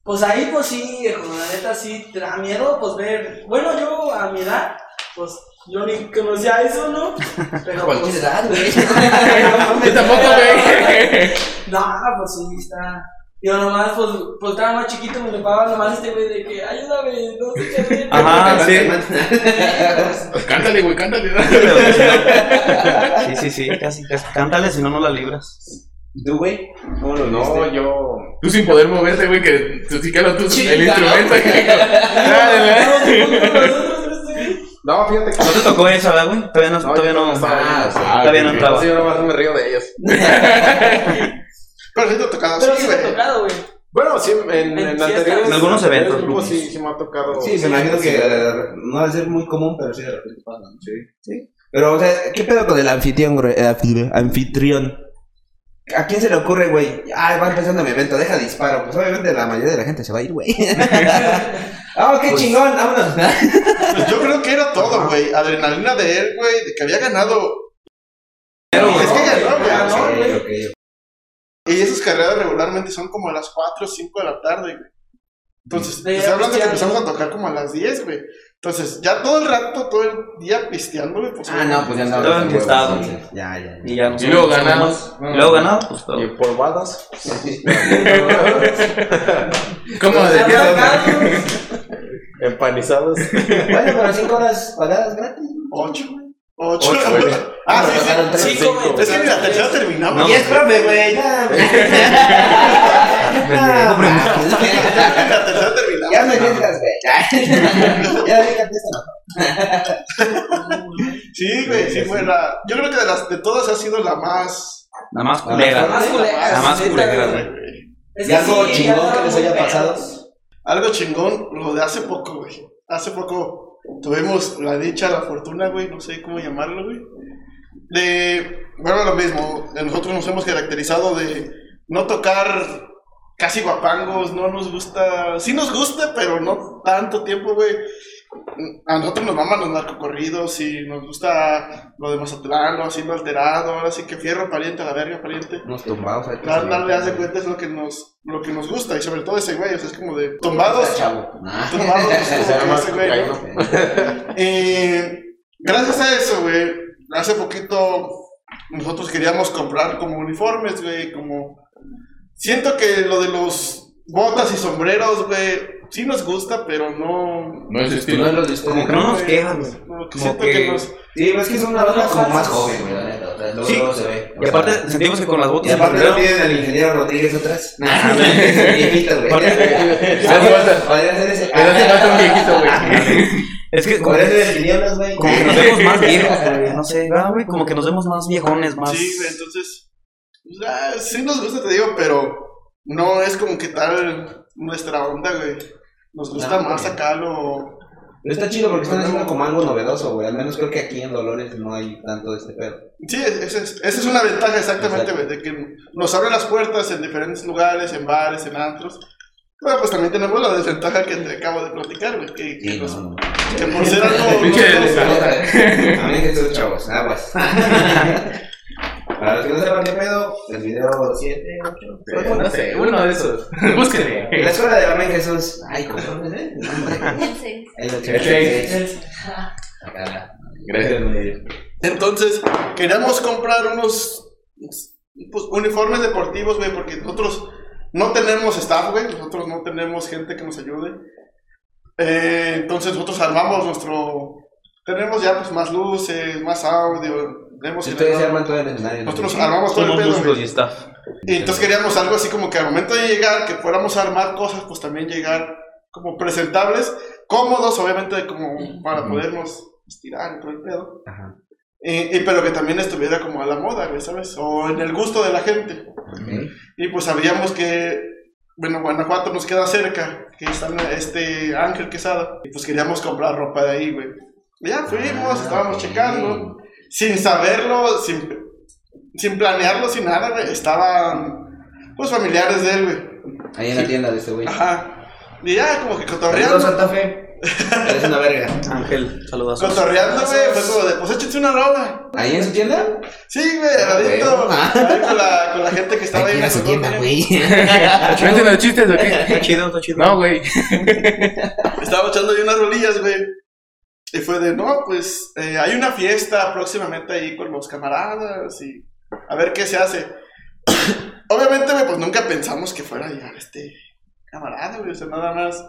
S3: Pues ahí, pues sí, viejo, la neta sí, te da miedo, pues ver. Bueno, yo a mi edad, pues yo ni conocía eso, ¿no? Pero. pues,
S8: Yo tampoco, güey.
S3: No, pues sí, está. Yo nomás, pues, pues estaba más chiquito, me topaba nomás este güey de que, ayúdame, no sé qué hacer.
S4: Ajá, sí.
S8: Cántale, güey, cántale.
S4: Sí, sí, sí, casi, casi. Cántale, si no, no la libras.
S6: ¿Tú, güey? ¿Cómo lo
S8: No,
S6: viviste?
S8: yo. Tú sin poder moverte, güey, que tú sí que lo tú el instrumento. güey. No, fíjate que.
S4: ¿No te tocó esa, verdad, güey? Todavía no,
S8: No,
S4: todavía
S8: yo
S4: no.
S8: estaba
S6: Ah,
S8: ahí.
S6: sí.
S4: Todavía no
S8: ok.
S4: entraba.
S8: Sí, yo nomás me río de ellos.
S1: Pero sí te tocaba
S3: Pero
S1: así,
S3: sí me ha
S1: güey.
S3: tocado, güey.
S2: Bueno, sí, en,
S3: En
S2: en
S3: fiestas.
S2: anteriores.
S4: En algunos
S2: anteriores
S4: eventos,
S2: grupos
S4: grupos.
S2: sí, sí me ha tocado.
S6: Sí, me imagino que eh, no va a ser muy común, pero sí de repente pasa. Sí. sí. Pero, o sea, ¿qué pedo con el anfitrión, güey? El anfi- anfitrión. ¿A quién se le ocurre, güey? Ah, va empezando mi evento, deja disparo. Pues obviamente la mayoría de la gente se va a ir, güey. Ah, qué chingón, vámonos.
S1: Pues yo creo que era todo, güey. Adrenalina de él, güey, de que había ganado es que ganó, güey,
S6: Ah,
S1: ganó,
S6: ok,
S1: güey.
S6: ok, ok.
S1: Y esas carreras regularmente son como a las 4 o 5 de la tarde, güey. Entonces,
S3: De
S1: te estoy hablando de que
S3: pisteando.
S1: empezamos a tocar como a las 10, güey. Entonces, ya todo el rato, todo el día pisteando, güey. Pues,
S6: Ah, no, pues ya andaba. con
S4: Todo
S6: huevos,
S4: enfiestado.
S6: entonces. Ya, ya.
S4: Y ya no
S8: Y luego
S4: sé,
S8: ganamos.
S4: Y luego ganado, pues todo.
S2: Y por vadas.
S8: ¿Cómo de qué?
S2: Empanizadas.
S6: Bueno, pero cinco horas pagadas gratis.
S1: 8, güey. 8,
S2: Ocho,
S1: güey.
S2: güey.
S1: Ah, sí,
S6: Bueno,
S1: sí.
S6: pagaron tres.
S3: Cinco, güey.
S1: Es que ni la tercera terminamos.
S4: No.
S6: Y es profe, güey. ya. pendejo, pendejo.
S1: La tercera terminamos.
S6: Ya me dejas, güey. Ya déjate eso.
S1: Sí, güey, sí fue la. Yo creo que de las de todas ha sido la más.
S4: Nada más
S3: La
S4: culera.
S3: más culera.
S4: La más
S3: neta,
S4: culera,
S3: güey.
S4: güey.
S3: Es
S6: ¿Y algo
S3: sí, ya
S6: chingón que
S3: estaba
S6: les
S3: muy
S6: haya
S3: pedo.
S6: pasado?
S1: Algo chingón, lo de hace poco, güey. Hace poco tuvimos la dicha, la fortuna, güey, no sé cómo llamarlo, güey. De. Bueno, lo mismo. Nosotros nos hemos caracterizado de no tocar casi guapangos, no nos gusta. Sí nos gusta, pero no tanto tiempo, güey. A nosotros nos maman los narcocorridos y nos gusta lo de Mazatlán, lo así lo alterado, ahora sí que fierro pariente a la verga pariente.
S6: Unos tumbados ahí.
S1: Dar- darle haz de cuenta es lo que nos lo que nos gusta y sobre todo ese güey, o sea, es como de tumbados,
S6: Chavo. Nah.
S1: tumbados, es como
S8: Será
S1: que
S8: más
S1: ese güey, ¿no?
S8: cocaína.
S1: Eh, gracias a eso, güey, hace poquito nosotros queríamos comprar como uniformes, güey, como siento que lo de los botas y sombreros, gü't sí nos gusta, pero no
S8: No es
S6: No
S8: estilo.
S6: lo diste.
S4: Como que no nos
S1: güey,
S4: quedan, güey.
S1: como que
S4: Como
S1: siento que,
S4: que-
S1: nos
S6: Sí, pero es que es una banda como más joven, güey, la neta. O sea, luego
S1: Sí.
S6: luego se ve.
S4: Y aparte, sentimos que con las
S6: Y
S4: botas.
S6: aparte
S4: del
S6: no
S4: sombrero-
S6: tienen al ingeniero Rodríguez atrás. Nah, güey, es viejito, güey.
S8: Le hace falta-
S6: Podría ser ese.
S8: le hace falta un viejito, güey.
S4: Es que como,
S6: Podría ser el Quiñones, güey.
S4: como que nos vemos más viejos, güey. No sé, ah, güey, como que nos vemos más viejones, más.
S1: Sí, güey, entonces. pues, ah, sí nos gusta, te digo, pero no es como que tal nuestra onda, güey. Nos gusta
S6: No,
S1: más
S6: güey.
S1: acá lo.
S6: Pero está chido porque están haciendo como algo novedoso, güey. Al menos creo que aquí en Dolores no hay tanto de este pedo.
S1: Sí, esa es, esa es una ventaja exactamente, güey, de que nos abre las puertas en diferentes lugares, en bares, en antros. Pero pues también tenemos la desventaja que te acabo de platicar, güey, que, que nos- que por ser algo.
S8: Pinche
S1: nosotros-
S6: A mí que son chavos, aguas. Para los que no sepan qué pedo, el video 7, 8.
S8: No sé, uno de esos. Búsquenle.
S6: La escuela de la Amén Jesús. Ay, ¿cómo es, eh?
S9: El seis.
S6: El
S8: El seis.
S6: 86.
S3: Es-
S8: Gracias,
S1: Entonces, queríamos comprar unos pues, uniformes deportivos, güey, porque nosotros no tenemos staff, güey, nosotros no tenemos gente que nos ayude. Eh, entonces, nosotros armamos nuestro. Tenemos ya pues más luces, más audio. Hemos
S6: Ustedes se
S1: armado-
S6: arman todo el escenario. ¿no?
S1: nosotros armamos todo el
S4: Somos
S1: pedo,
S4: músicos
S1: güey.
S4: y staff.
S1: Y entonces queríamos algo así como que al momento de llegar, que fuéramos a armar cosas, pues también llegar como presentables, cómodos, obviamente, como para podernos estirar y todo el pedo. Y, y pero que también estuviera como a la moda, güey, ¿sabes? O en el gusto de la gente. Y pues sabíamos que, bueno, Guanajuato nos queda cerca, que está este Ángel Quesada. Y pues queríamos comprar ropa de ahí, güey. Y Ya fuimos,
S6: Ah,
S1: estábamos checando sin saberlo, sin, sin planearlo, sin nada, güey. Estaban, pues, familiares de él, güey.
S6: Ahí en la tienda de este güey.
S1: Ajá. Y ya, como que
S6: Saludos,
S1: cotorreando.
S6: Santa Fe. Eres una verga.
S4: Ángel, saludazos.
S1: Cotorreando, güey. Fue como de, pues, échense una rola.
S6: ¿Ahí en su tienda?
S1: Sí, güey, al ladito. ahí Con la, con la gente que estaba ahí. en el salón,
S6: güey.
S8: ¿Venden los chistes o qué?
S4: Está chido, está chido.
S8: No, güey.
S1: Estaba echando ahí unas rolillas, güey. Y fue de, no, pues, eh, hay una fiesta próximamente ahí con los camaradas y a ver qué se hace. Obviamente, güey, pues nunca pensamos que fuera a llegar este camarada, güey. O sea, nada más.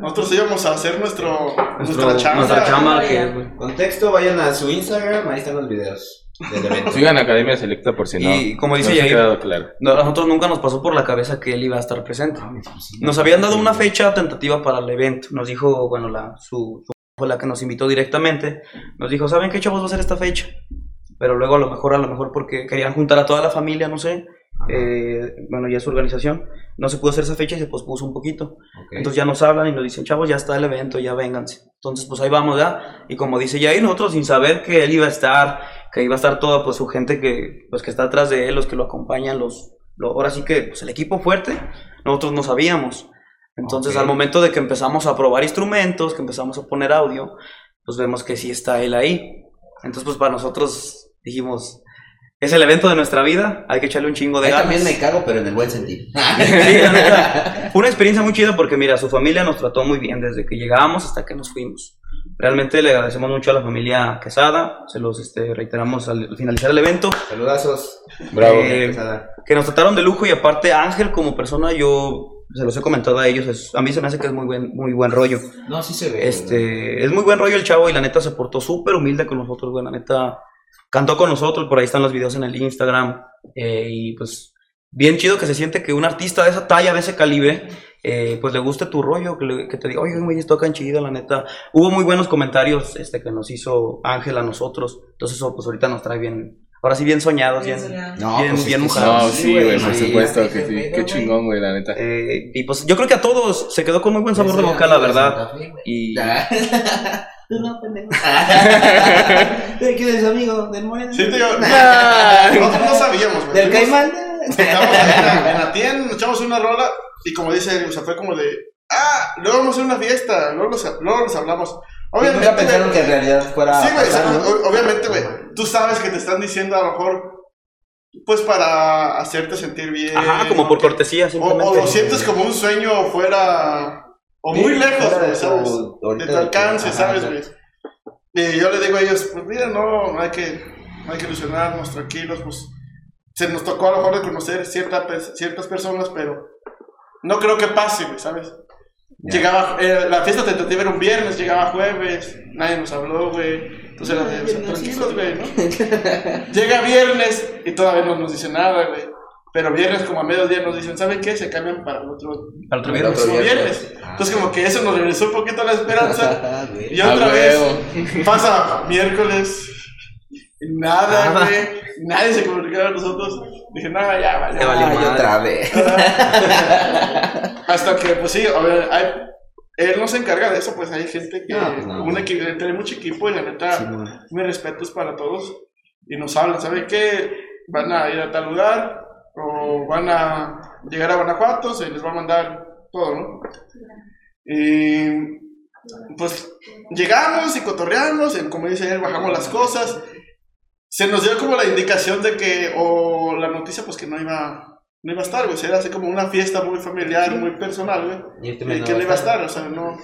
S1: Nosotros íbamos a hacer nuestro, nuestra
S4: Nuestro-
S1: chamba.
S4: Nuestra chamba que, güey.
S6: Contexto, vayan a su Instagram, ahí están los videos del evento.
S8: Sigan Academia Selecta por si no.
S4: Y como
S8: No
S4: dice
S8: se ha
S4: Yair,
S8: quedado claro.
S4: No, a nosotros nunca nos pasó por la cabeza que él iba a estar presente. Nos habían dado una fecha tentativa para el evento. Nos dijo, bueno, la, su, su- fue la que nos invitó directamente. Nos dijo, ¿saben qué chavos va a ser esta fecha? Pero luego a lo mejor, a lo mejor porque querían juntar a toda la familia, no sé. eh, bueno, ya su organización. No se pudo hacer esa fecha y se pospuso un poquito. Entonces ya nos hablan y nos dicen, chavos, ya está el evento, ya vénganse. Entonces, pues ahí vamos, ya. Y como dice Yair, nosotros sin saber que él iba a estar, que iba a estar toda pues, su gente que, pues, que está atrás de él, los que lo acompañan, los, lo- ahora sí que pues, el equipo fuerte, nosotros no sabíamos. Entonces,
S6: Ok.
S4: al momento de que empezamos a probar instrumentos, que empezamos a poner audio, pues vemos que sí está él ahí. Entonces, pues para nosotros dijimos, es el evento de nuestra vida, hay que echarle un chingo de
S6: Ahí
S4: ganas.
S6: también me cago, pero en el buen sentido.
S4: Sí, la neta, Fue una experiencia muy chida porque, mira, su familia nos trató muy bien desde que llegábamos hasta que nos fuimos. Realmente le agradecemos mucho a la familia Quesada, se los este, reiteramos al finalizar el evento,
S6: Saludazos.
S8: Bravo.
S4: Eh,
S6: Quesada.
S4: que nos trataron de lujo y aparte Ángel como persona, yo se los he comentado a ellos, es- a mí se me hace que es muy buen, muy buen rollo.
S6: No, sí se ve.
S4: Este, es muy buen rollo el chavo y la neta se portó súper humilde con nosotros, güey. La neta cantó con nosotros, por ahí están los videos en el Instagram. eh, y pues bien chido que se siente que un artista de esa talla, de ese calibre, eh, pues le guste tu rollo, que, le- que te diga, oye, güey, esto acá en chido, la neta. Hubo muy buenos comentarios este, que nos hizo Ángel a nosotros. Entonces, eso, pues ahorita nos trae bien, ahora sí, bien soñados, bien,
S5: No,
S4: bien,
S5: pues, es
S4: bien
S5: que sí.
S4: mojados.
S8: No, sí, güey, por
S4: sí,
S8: supuesto
S6: güey.
S8: que sí. Qué chingón, güey, la neta.
S4: Eh, y pues yo creo que a todos se quedó con muy buen sabor de boca, la verdad. Y
S6: Tú no, pendejo. ¿Quién es amigo? ¿Del Moreno?
S1: Sí, te digo.
S8: Ah.
S1: Nosotros no sabíamos, güey.
S6: ¿Del
S1: Fuimos-
S6: Caimán?
S1: Estamos en la, en la tienda, nos echamos una rola y como dice, o sea, fue como de, ah, luego vamos a una fiesta, luego nos, luego nos hablamos. Obviamente,
S6: Nunca
S1: güey,
S6: pensaron que en realidad fuera.
S1: sí, güey, o sea,
S6: pasar, ¿no?
S1: o- obviamente, güey, tú sabes que te están diciendo a lo mejor, pues para hacerte sentir bien.
S4: ajá, como por cortesía,
S1: Eh, O,
S4: simplemente.
S1: o lo sientes como un sueño fuera, o muy
S6: Sí,
S1: lejos,
S6: fuera de
S1: güey, ¿sabes?
S6: tu-
S1: De
S6: ahorita
S1: tu
S6: de tu-
S1: alcance,
S6: ajá,
S1: ¿sabes,
S6: exacto.
S1: güey? Y yo le digo a ellos, pues mira, no, no hay que, no hay que ilusionarnos, tranquilos, pues se nos tocó a lo mejor de conocer cierta, pe- ciertas personas, pero no creo que pase, güey, ¿sabes? Llegaba, eh, la fiesta tentativa era un viernes, llegaba jueves, nadie nos habló, güey. Entonces era de, o sea, tranquilos, güey, ¿no? Llega viernes y todavía no nos dice nada, güey. Pero viernes como a mediodía nos dicen, ¿saben qué? Se cambian para el otro,
S4: Al otro
S8: El
S4: viernes.
S8: otro
S1: próximo
S8: viernes.
S1: viernes. Entonces como que eso nos regresó un poquito la esperanza.
S6: Ah, güey.
S1: Y
S8: A
S1: otra vez
S8: huevo.
S1: pasa miércoles. Nada, güey. Nadie se comunicaba con nosotros. Dije, nada, ya, vale.
S4: Ya valió
S6: Ay,
S4: madre.
S6: otra vez.
S1: Hasta que, pues sí, a ver, hay- él no se encarga de eso, pues hay gente que.
S6: No, pues, no.
S1: un equipo, tiene mucho equipo y la neta, mis respetos para todos. Y nos hablan, ¿saben qué? Van a ir a tal lugar o van a llegar a Guanajuato, se les va a mandar todo, ¿no? Y pues llegamos y cotorreamos, y como dice él, bajamos las cosas. Se nos dio como la indicación de que, o la noticia, pues que no iba, no iba a estar, güey. Era así como una fiesta muy familiar, muy personal,
S6: Y este
S1: güey. Y
S6: menor
S1: que no iba a
S6: bastardo.
S1: estar, o sea, no.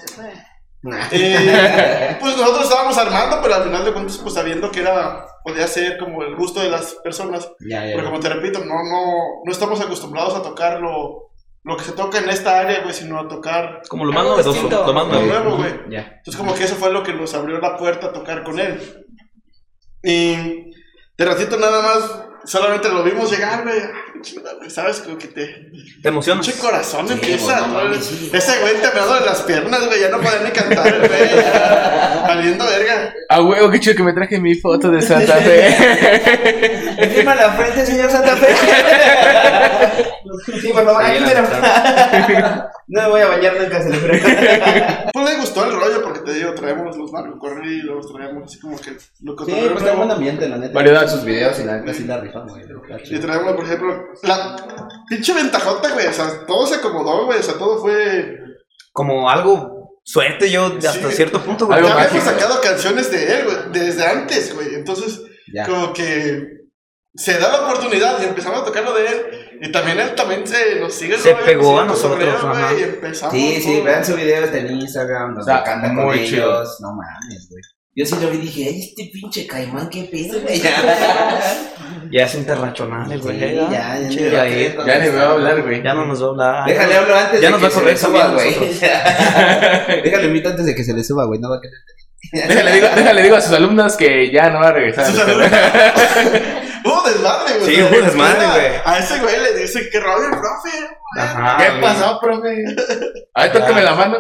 S1: Eh, pues nosotros estábamos armando, pero al final de cuentas, pues sabiendo que era, podía ser como el gusto de las personas.
S6: Ya, ya,
S1: Pero
S6: ya.
S1: como te repito, no, no, no estamos acostumbrados a tocar lo, lo que se toca en esta área, güey, sino a tocar
S4: Como lo más novedoso, lo más
S1: lo
S4: nuevo.
S1: nuevo, güey.
S6: Ya.
S1: Entonces como que eso fue lo que nos abrió la puerta a tocar con él. Y de ratito nada más, solamente lo vimos llegar, güey. Ah, chingada, güey, ¿Sabes? Como que te...
S4: Te emocionas.
S1: Pinche corazón empieza.
S6: güey, no
S1: ¿no?
S6: mames, sí.
S1: Ese güey te de las piernas, güey. Ya no podía ni cantar, el güey. ya, Valiendo verga.
S8: A huevo, Ah, qué chido que me traje mi foto de Santa Fe.
S6: Encima la frente, señor Santa Fe. Sí, por favor,
S4: Sí,
S6: aquí
S4: la
S6: me lo-
S4: verdad.
S6: No me voy a bañar nunca, se lo juro.
S1: Pues le gustó el rollo porque te digo, traemos los barcos corridos, traemos así como que lo
S6: Sí,
S1: cotorreo
S6: pues
S1: está
S6: está buen ambiente, la neta.
S8: Variedad.
S6: Sus videos y la neta sí la rifan, güey. Está
S1: Y
S6: chido.
S1: traemos, por ejemplo, la pinche ventajota, güey. O sea, todo se acomodó, güey. O sea, todo fue.
S4: Como algo suerte yo de hasta
S1: Sí.
S4: cierto punto, güey.
S8: Algo
S1: ya habíamos
S8: mágico.
S1: sacado canciones de él, güey, desde antes, güey. Entonces,
S6: Ya.
S1: como que se da la oportunidad y empezamos a tocar lo de él. Y también él también se nos sigue el
S4: Se
S1: rollo,
S4: pegó
S1: sigue
S4: a
S1: el
S4: nosotros,
S1: cotorreo, güey,
S4: ajá.
S1: y empezamos.
S6: Sí, sí,
S1: güey.
S6: vean sus videos de Instagram, nos
S8: Está
S6: encanta
S8: muy
S6: con
S8: chido.
S6: ellos. No mames, güey. Yo sí lo vi y dije, "Ay, este pinche caimán, qué pedo, güey. Ya,
S4: Ya es internacional, el güey.
S6: Sí, ya,
S4: ya,
S6: ya,
S4: pinche
S6: ya.
S4: Jair.
S8: ya ni me va a hablar, güey.
S4: Ya no nos va a hablar.
S6: Déjale hablo antes
S4: Ya
S6: de
S4: nos
S6: que
S4: va a
S6: se
S4: correr
S6: le suba,
S4: también
S6: güey.
S4: nosotros.
S6: Déjale invito antes de que se le suba, güey. No va a querer.
S8: Déjale digo, déjale digo a sus alumnas que ya no va a regresar.
S1: Sus alumnos. Hubo desmadre, güey.
S4: Sí, hubo desmadre,
S1: a-
S4: güey.
S1: A ese güey le dicen que robe el profe.
S4: Ajá,
S8: ¿Qué
S4: güey.
S8: pasó, profe? Ay, tócame la mano.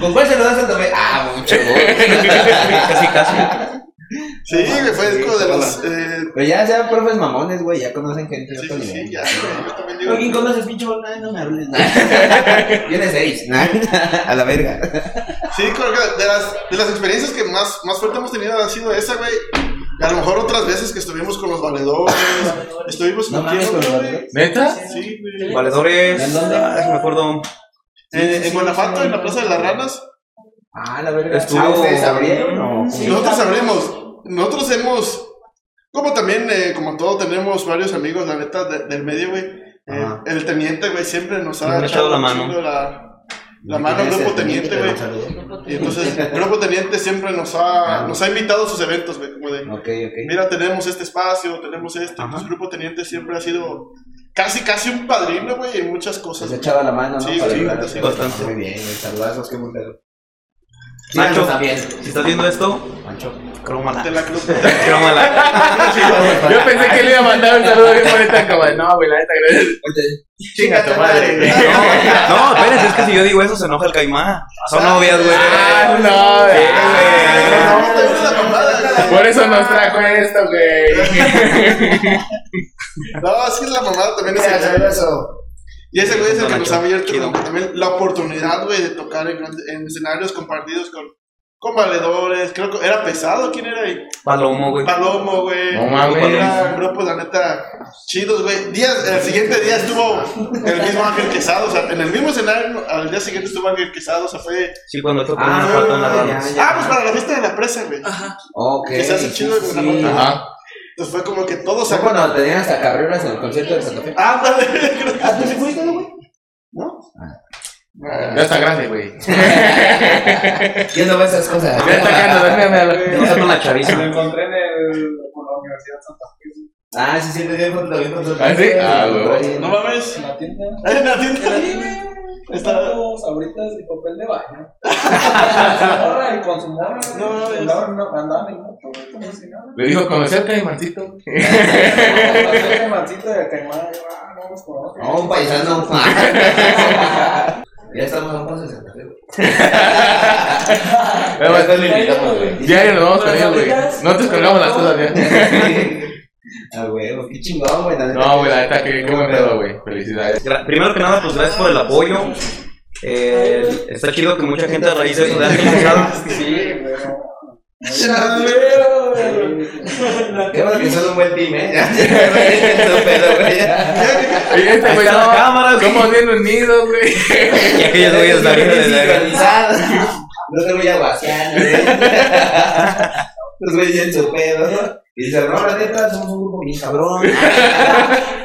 S6: ¿Con cuál se lo das a Tomé? Ah, mucho,
S4: casi, casi.
S1: Sí, güey, fue
S6: Sí,
S1: como de
S6: cómo
S1: los. eh,
S6: Pero ya sean profes mamones, güey. Ya conocen gente. de
S1: Sí,
S6: otro
S1: sí,
S6: nivel.
S1: sí, ya, güey. Yo también digo.
S6: ¿Con quién conoces, pinche bolón? No me hables. Tiene seis. A la verga.
S1: Sí, creo que de las, de las experiencias que más, más fuerte hemos tenido ha sido esa, güey. Y a lo mejor otras veces que estuvimos con los valedores, estuvimos
S6: No
S1: con
S6: mames, con
S1: quién,
S6: los
S1: güey.
S6: valedores.
S8: ¿Neta?
S1: Sí, güey.
S4: Valedores.
S6: ¿En dónde?
S4: Ay, me acuerdo.
S1: Eh, en Guanajuato, en la Plaza de las Ranas,
S6: Ah, la verga.
S4: Estuvo-
S6: Ah, ¿ustedes abrieron o...?
S3: Sí.
S1: nosotros sabremos, nosotros hemos, como también, eh, como todo, tenemos varios amigos, la neta, de- del medio, güey. Eh,
S6: Ajá.
S1: el teniente, güey, siempre nos
S4: Nos
S1: ha
S4: ha echado la
S1: un
S4: mano.
S1: chingo La, la mano, grupo teniente, güey. Y entonces, el grupo teniente siempre nos ha,
S6: Ah.
S1: nos ha invitado a sus eventos, güey, como de,
S6: Ok, ok.
S1: mira, tenemos este espacio, tenemos este. Entonces, Grupo Teniente siempre ha sido casi, casi un padrino, güey, en muchas
S6: Se
S1: cosas.
S6: les echaba la mano, ¿no?
S1: Sí,
S6: Para
S1: sí,
S6: lograr
S1: sí,
S6: eso.
S4: bastante.
S6: Muy bien, güey. Saludazos, qué buen pedo.
S4: Nacho,
S6: está bien.
S4: si estás viendo esto,
S1: De
S4: crómala.
S1: la club.
S4: Crómala.
S8: Yo pensé que le iba a mandar un saludo bien bonito a Cabal. No, güey, la neta, gracias.
S1: Chinga tu madre.
S4: No, espérense, es que si yo digo eso se enoja el caimán. Son novias, güey.
S8: Ah, no, güey.
S4: Sí,
S1: No, te gusta la mamada, güey.
S8: Por eso nos trajo esto, güey.
S1: No, es que la mamada también es el Y ese güey es el que nos ha abierto como que también la oportunidad, güey, de tocar en, grandes- en escenarios compartidos con, con valedores. Creo que era pesado, ¿quién era ahí?
S4: Palomo, güey.
S1: Palomo, güey.
S8: No mames.
S1: Era un grupo, la neta, chidos, güey. Días, el siguiente día estuvo el mismo Ángel Quesado, o sea, en el mismo escenario, al día siguiente estuvo Ángel Quesado, o sea, fue.
S4: Sí, cuando toco
S6: Ah,
S4: una foto en las
S6: ya,
S4: ramas.
S1: Ah, pues para la fiesta de la presa, güey.
S6: Ok.
S1: Que se hace chido
S6: Sí,
S1: con la
S6: sí.
S1: banda.
S8: Ajá.
S1: Entonces fue como que todos
S6: ¿Sabes cuando tenían hasta carreras en el concierto de Santa Fe?
S1: Ándale, creo que.
S6: Ah, ¿tú sí fuiste, no, güey?
S8: Ya está grande, güey.
S6: Yo no veo esas cosas.
S8: Ya está grande, duérmeme a la-
S4: Está con la chaviza.
S9: encontré en el, por la Universidad de Santa Fe.
S6: Ah, sí, sí, te vi con lo vi con
S8: ¿Ah, sí? Ah,
S1: No mames.
S9: En la tienda.
S1: En la tienda. Está.
S9: Estamos ahorita sin papel de baño. Ahora el consumidor.
S1: No, no,
S9: andaban, no, andaban en moto, güey, como si nada.
S8: Le dijo, conocí al caimancito.
S9: Pasó el mancito de Caimán, yo, ah, no los conozco.
S6: No, un paisano. ya estamos a un paso de Santa Fe, güey.
S8: Nada más,
S6: lo invitamos, güey.
S8: Diario nos vamos con ellos, güey. No te colgamos las cosas, ya.
S6: Ah, güey, qué chingón, güey. la neta.
S8: No, güey, la neta, qué, qué buen pedo, güey. Felicidades.
S4: Gra- Primero que nada, pues gracias por el apoyo. Eh, está chido que mucha gente a raíz de eso le ha escuchado.
S9: Sí, güey, no.
S6: Qué bueno que son un buen team, eh. Ya, ya, güey, es un pedo, güey.
S8: Y este, güey,
S4: está la
S8: no,
S4: cámara, güey.
S8: somos bien unidos, güey.
S4: Y aquellos güeyes la vida de
S6: Sincronizado. No te voy a vaciar, güey. Los güeyes en su pedo, ¿no? Y dice, no, la neta, somos un grupo bien cabrón.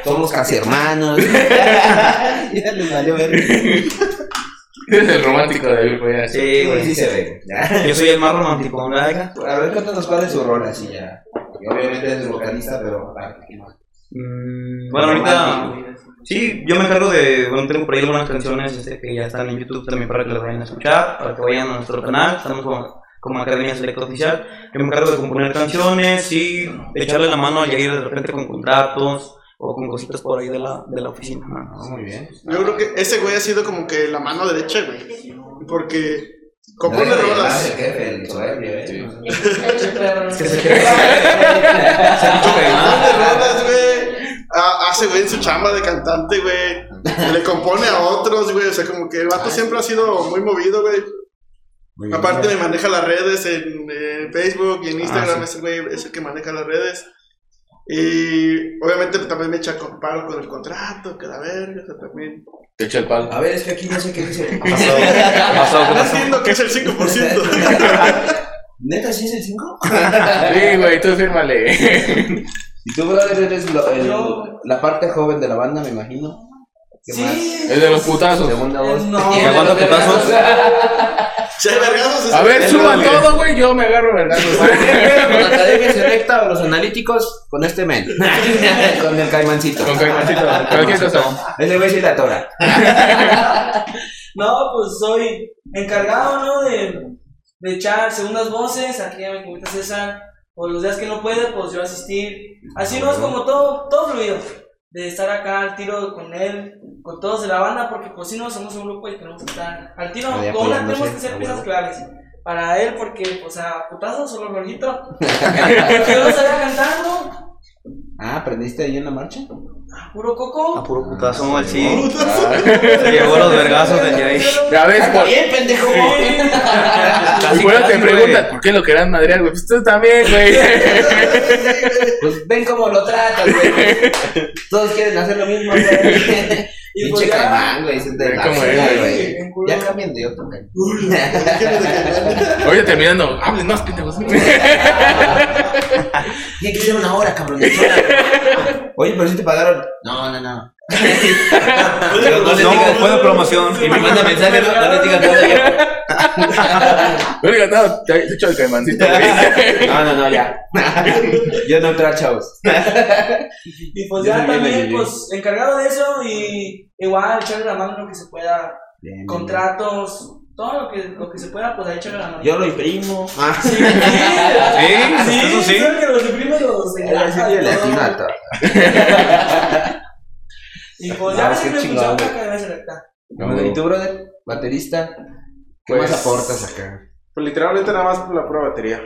S6: Somos casi hermanos. Ya les valió ver.
S8: Eres el romántico de ahí, güey. así.
S4: Sí, güey.
S6: Sí se ve.
S4: Yo soy el más romántico, ¿verdad?
S6: A ver, cuéntanos cuál es su rol así ya. Y obviamente es vocalista, pero... ah,
S4: Mm, Bueno, ahorita. Sí, yo me encargo de. Bueno, tengo por ahí algunas canciones este, que ya están en YouTube también para que las vayan a escuchar, para que vayan a nuestro canal. Estamos como, como Academia Selecta Oficial. Yo me encargo de componer canciones y echarle la mano a Yair de repente con contratos o con cositas por ahí de la, de la oficina.
S6: Muy bien.
S1: Yo creo que ese güey ha sido como que la mano derecha, güey. Porque compone rolas.
S6: jefe, el soberbio, eh.
S4: Es que se cree. Se ha dicho que nada.
S1: Compone rolas, güey. Ha- Hace, güey, en su chamba de cantante, güey. Le compone a otros, güey. O sea, como que el vato siempre ha sido muy movido, güey. Aparte, me maneja las redes en eh, Facebook y en Instagram. Ese güey es el que maneja las redes. Y obviamente también me echa con paro con el contrato, que la verga, o sea, también.
S8: Te echo el palo.
S6: A ver, es que aquí no sé qué dice.
S4: ¿Qué pasó? ¿Qué
S1: No
S4: pasó?
S1: entiendo que es el 5%.
S6: ¿Neta sí es el 5?
S8: Sí, güey, tú fírmale.
S6: Y tú, brother, eres lo- el-
S3: Yo-
S6: la parte joven de la banda, me imagino. ¿Qué más?
S8: El de los putazos.
S6: Segunda voz.
S3: No.
S4: ¿Me aguanto putazos?
S1: Si hay vergazos, es
S8: A ver,
S1: el-
S8: suban todo, güey. Yo me agarro vergazos.
S6: Con la academia selecta o los analíticos, con este men. con el caimancito.
S8: Con caimancito. Cualquier cosa.
S6: Ese güey sí la tora.
S3: No, pues soy encargado, ¿no? De, de echar segundas voces, aquí ya me comenta César, o los días que no puede, pues yo asistir. Así no es como todo, todo fluido, de estar acá al tiro con él, con todos de la banda, porque pues si no somos un grupo y tenemos que estar al tiro,
S6: Ahí
S3: con una
S6: apoyándose,
S3: tenemos que
S6: a
S3: ser piezas
S6: huevo.
S3: claves. Para él, porque, o sea, putazos solo gordito. Porque yo no sabía cantando,
S6: Ah, ¿aprendiste ahí en la marcha?
S3: a puro coco.
S4: A puro putazo, él sí. Se llevó los vergazos de Yair.
S8: Ya ves, por.
S6: Bien, pendejo.
S8: Y por eso te preguntan por qué lo querrán madrear, güey. Pues tú también, güey.
S6: Pues ven cómo lo tratas, güey. Todos quieren hacer lo mismo, güey.
S3: Y
S6: Pinche
S3: pues ya,
S6: caimán, güey. es de
S8: Ven
S6: la
S8: cómo es,
S6: verga,
S8: güey.
S6: güey.
S3: Bien culo.
S6: Ya cambien de otro, güey.
S8: Oye, terminando. Hablen más, pendejos.
S6: Tiene que ser una hora, cabrón. Oye, pero si te pagaron. No, no, no.
S4: No, fue de promoción.
S6: Y me manda mensaje, no, no le digas nada.
S8: Oiga, no, te he hecho el caimancito, güey.
S6: yo. No, no, no, ya. Yo no entro a chavos.
S3: Y pues
S6: Yo
S3: ya
S6: también le
S3: también,
S6: llegué.
S3: pues encargado de eso y igual echarle la mano en lo que se pueda. Contratos, todo lo que, lo que se pueda, pues ahí échale la mano.
S6: Yo lo imprimo. Ah,
S3: Sí, sí, sí,
S4: eso sí.
S3: creo que los imprimes los engraja y todo. Y pues ya
S6: Ah,
S3: ves que
S6: qué
S3: me
S6: chingón,
S3: funciona
S6: güey.
S3: que debe ser acá.
S6: ¿Y tú, brother? Baterista. ¿Qué
S8: Pues-
S6: más aportas acá?
S8: Pues literalmente nada más por la prueba batería.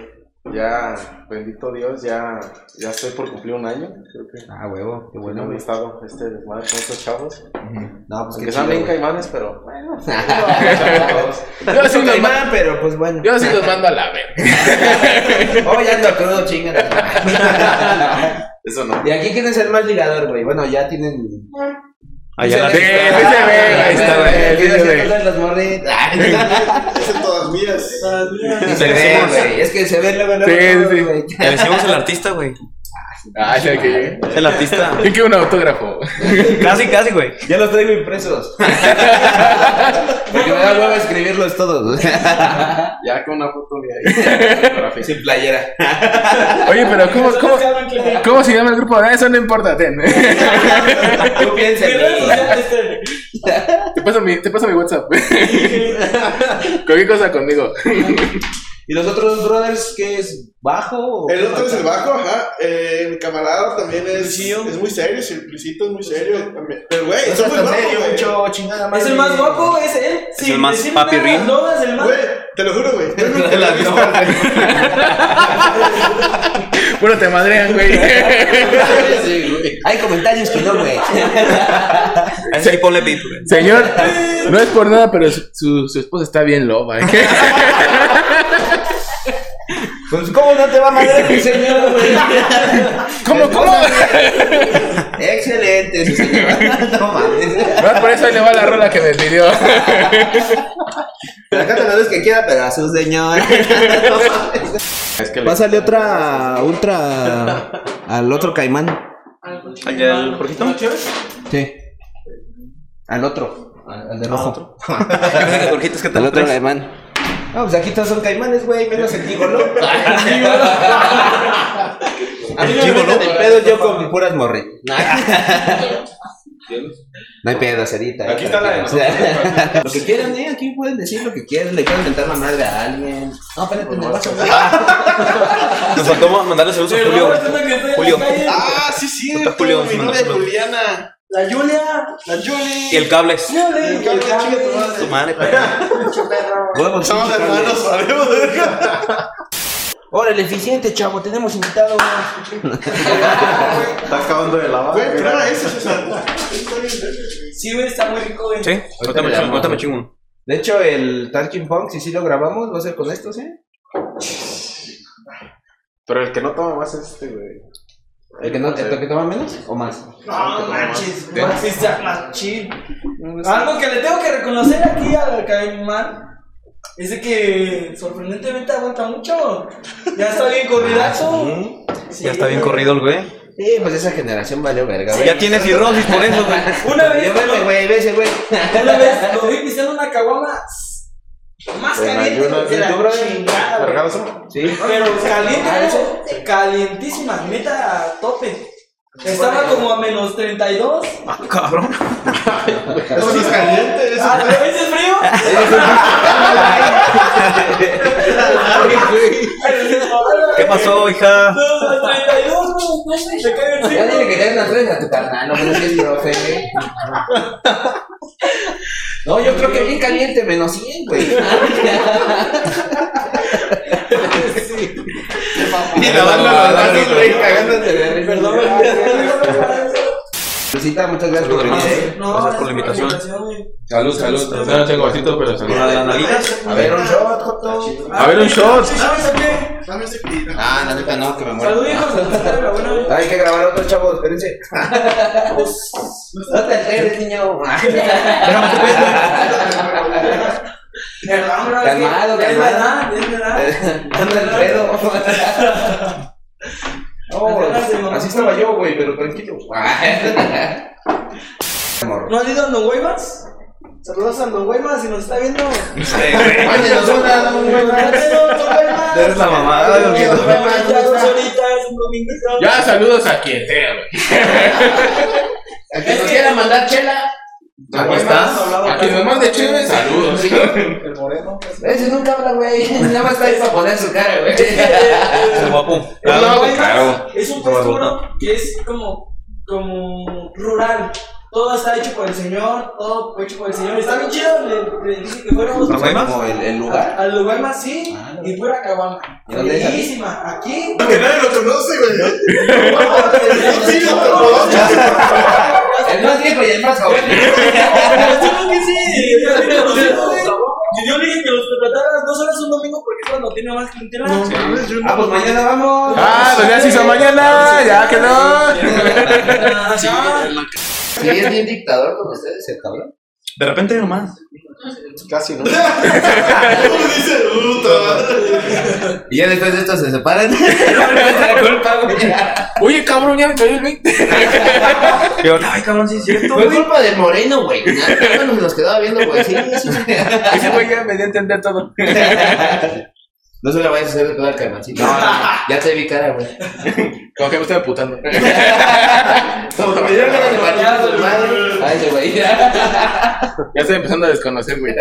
S8: Ya, bendito Dios, ya, ya estoy por cumplir un año. Creo que
S6: Ah, huevo, qué bueno,
S8: bueno, me ha
S6: güey.
S8: gustado este desmadre con estos chavos.
S6: No, pues
S8: Aunque
S6: qué
S8: sean
S6: chido,
S8: bien
S6: güey.
S8: caimanes, pero bueno. pues,
S6: Yo
S8: yo, sí
S6: soy
S8: los mando,
S6: caimán, pero pues bueno.
S8: yo sí los mando a la verga.
S6: Oh, ya ando crudo, chinga.
S8: Eso no.
S6: ¿Y aquí quién es el más ligador, güey? Bueno, ya tienen...
S4: Allá
S8: Sí, sí se ve, güey, sí se ve, sí se ve.
S6: Las morritas.
S1: Dicen todas mías.
S6: Se ve, güey. Es que se ve luego, luego.
S8: Sí, sí.
S6: güey.
S4: Le decimos el artista, güey.
S8: Ah, ya que llegué.
S4: Es el artista.
S8: Yo quiero un autógrafo.
S4: Casi, casi, güey.
S6: Ya los traigo impresos. Porque me da huevo escribirlos todos.
S8: Ya con una foto de ahí.
S6: Sin playera.
S8: Oye, pero ¿cómo, cómo,
S3: Se hablan que-
S8: cómo se llama el grupo? Ah, eso no importa, ten.
S6: Tú piensa
S3: Mi redes sociales, este,
S8: Te paso mi, te paso mi WhatsApp. Cualquier cosa conmigo.
S6: ¿Y los otros dos brothers qué es? ¿Bajo? o
S1: El
S6: qué
S1: otro es
S6: pasa?
S1: el bajo, ajá. Eh, mi camarada también es,
S3: Lucio.
S1: es muy serio, sí, el Luisito es muy serio también. Pero, güey,
S6: No seas
S1: está muy
S6: tan
S1: guapo,
S6: serio,
S1: güey.
S6: mucho, chingada madre.
S3: Es el más guapo, es él.
S4: Es el más
S3: decirme nada,
S4: papirrín.
S3: No, es el más.
S1: Güey, te lo juro, güey. Yo nunca
S6: De
S1: lo
S6: las
S1: he visto.
S8: Bueno, te madrean, güey.
S6: Hay comentarios que no, güey.
S4: Así sí, ponle pip, güey.
S8: Señor, no es por nada, pero su- su, su esposa está bien loba. ¿eh?
S6: Pues, ¿cómo no te va a madrear mi señor, güey?
S8: ¿Cómo, cómo?
S6: Excelente, su señor. No mames.
S8: No, por eso ahí le va la rola que me pidió.
S6: Acá te lo des que quiera, pero a su señor. No mames.
S8: Es que
S5: Pásale otra ultra al otro caimán.
S3: Ah,
S4: Allá el Jorgito.
S5: Sí.
S6: Al otro. Al al de rojo.
S4: Jorgito, es que te
S5: Al
S4: lo
S5: otro
S4: traes.
S5: caimán.
S6: No, pues aquí todos son caimanes, güey. Menos el gigolo. A mí no me meten en pedos yo con puras morri. No hay pedo, cerita. Aquí está la Lo que quieran, eh. Aquí pueden decir lo que quieran. Le pueden mentar la madre a alguien. No, espérate, me vas a
S4: Nos faltó mandarle saludos a
S3: Pero
S4: Julio.
S3: ahora es una que estoy en la
S4: Julio.
S3: calle.
S1: Ah, sí, sí.
S4: Puta Julio,
S1: mi
S4: se me
S1: novia
S4: lo-
S1: Juliana.
S3: La Julia.
S1: La Julie.
S4: Y el cables.
S3: Julia.
S1: El cable, chinga tu madre.
S4: Tu madre, perra.
S6: Huevos,
S1: Somos hermanos, sabemos.
S6: Ahora el eficiente, chavo. Tenemos invitado.
S5: Está acabando de lavar.
S1: Güey, prueba eso, César. Está bien, güey.
S3: Sí, güey, está muy rico, güey.
S4: Sí, ahorita me chingo, ahorita me chingo uno.
S6: De hecho, el Talking Punk, si sí lo grabamos, va a ser con estos, eh.
S8: Pero el que no toma más es este, güey.
S6: El que, no, el que toma menos o más.
S3: No manches, machista, machín. Algo que le tengo que reconocer aquí al Caimán es de que sorprendentemente aguanta mucho. Ya está bien corridazo. Sí,
S4: Ya está bien corrido el güey.
S6: Sí, pues esa generación valió verga, güey.
S4: Ya tiene cirrosis por eso, güey.
S3: Una
S6: Yo
S3: vez,
S6: veme, güey, ve ese güey.
S3: una vez lo vi pisando una caguama más
S8: Pues,
S3: caliente que la chingada, güey.
S6: Sí.
S3: Pero caliente, güey, calientísima, neta a tope. Estaba como a menos 32.
S4: Ah, cabrón.
S1: Eso no es caliente, eso
S3: Ah, ¿pero ¿Ese es frío?
S4: ¿Qué pasó, hija?
S3: No, los 32, güey, no sé, se cae el
S6: Ya dile
S3: cinco.
S6: que le den las tres a tu carnal, no pero sí es profe, güey. No, yo creo que bien caliente, menos 100, güey.
S1: Y lavando los brazos, güey,
S6: cagándose de risa.
S3: Perdón, güey.
S6: Lucita, muchas gracias por venir, eh.
S3: No,
S4: Gracias por la
S3: es
S4: invitación.
S3: güey.
S8: Salud, salud. Yo no tengo vasito, pero
S4: Con la de las nalguitas.
S6: A ver, un shot, Joto.
S8: A ver, un shot.
S3: ¿Sabes o qué?
S1: Dame ese clip.
S6: Ah, no, neta, no, que me muero.
S3: Salud, hijo, salud, salud, buena vida.
S6: Hay que grabar otro, chavos, espérense. No te alteres, niño. Déjame tu
S3: Perdón, bro, es
S6: Calmado,
S3: que- Es
S6: calmado.
S3: verdad, es verdad.
S6: Anda el pedo. Oh, así estaba yo, güey, pero tranquilo.
S3: ¿No has ido a Don Guaymas? Saludos a Don Guaymas si nos está viendo.
S6: Váyanos una, no, güey.
S3: Ya tengo Don Guaymas.
S4: Eres la mamada,
S3: Don
S4: güey.
S3: Guaymas, ya dos horitas, un dominguito.
S8: Ya saludos a quien sea, güey.
S6: El que nos quiera mandar chela.
S8: Ah,
S6: Ah,
S8: ¿Cómo estás? A quien me mande chévere, saludos.
S6: señor?
S9: El moreno. pues,
S6: Ese nunca habla, güey. Nada más está ahí para poner su cara, güey.
S4: Es guapo.
S3: El
S8: Claro,
S3: Guaymas
S8: claro.
S3: Es un pueblo que es como, como rural. Todo está hecho por el señor, todo fue hecho por el señor. Está bien chido, le, le dije que fuéramos
S4: ¿Los Guaymas?
S6: Como el, el lugar.
S3: al lugar más sí, y pura cabana.
S6: ¿Y dónde es aquí?
S3: Bellísima, aquí.
S1: Que nadie lo conoce, güey. Sí, lo conoce.
S6: El más viejo y el más joven.
S3: Pero que sí, yo le dije que los- yo le dije que los contrataras dos horas un domingo porque es cuando tiene más clientela.
S1: No mames, yo
S6: Ah, pues
S1: no.
S6: mañana vamos.
S8: Ah, pues ya se hizo mañana, ya quedó.
S3: Ah, ya.
S6: Sí, es bien dictador con ustedes, el cabrón.
S4: De repente nomás.
S1: Casi, ¿no? ¿Cómo dice? Puta.
S6: Y ya después de esto se separan. No es la culpa, güey.
S8: Oye, cabrón, ya me cayó el 20.
S4: Yo, ay, cabrón, sí es cierto,
S8: Pues,
S6: Fue
S4: güey.
S6: culpa del moreno, güey. Nada más nos quedaba viendo, güey. Sí, sí, sí.
S8: Ese güey ya me dio a entender todo.
S6: No se la vayas a hacer de todo al carmancito. No, no, no. Ya te vi cara, güey.
S8: Como que me estoy putando.
S6: Como que me dieron ganas de partir a su madre. Ay, ese güey.
S8: Ya estoy empezando a desconocer, güey.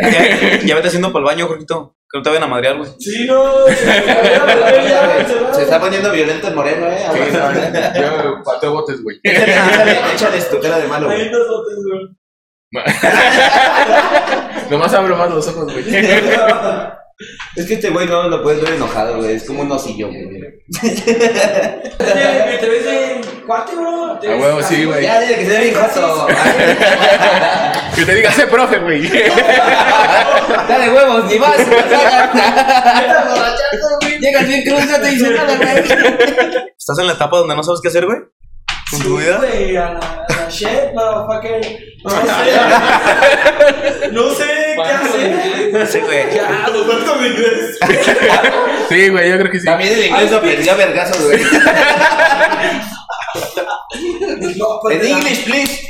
S4: Ya vete haciendo para el baño, Jorgito. Que no te vayan a madrear, güey.
S3: Sí, no. se- ya,
S6: Se está poniendo violento el moreno, eh.
S8: Sí, no, Yo me pateo botes, güey.
S6: Échale, échale tu cara de malo, güey.
S3: Ahí nosotros, güey.
S8: Nomás abro más los ojos, güey.
S6: Es que este güey no lo puedes ver enojado, güey. Es como un osillo, güey.
S3: Oye, me te ves de cuate, bro. Te
S8: A
S3: ves
S8: huevo, sí,
S3: así,
S8: güey.
S6: Ya, dile que se ve bien joto.
S8: Que te diga, sé profe, güey.
S6: Dale huevos, ni vas. Llegas bien cruz, no te dice nada, güey.
S4: ¿Estás en la etapa donde no sabes qué hacer, güey? ¿Con tu
S3: Sí,
S4: vida?
S3: güey, a la- a la shit, motherfucker. No sé. No sé qué hacer.
S4: Sí, güey.
S3: Ya,
S1: Roberto de inglés.
S8: Sí, güey, yo creo que sí.
S6: También el inglés aprendió a vergazos, güey.
S3: no, pues,
S6: En English, please.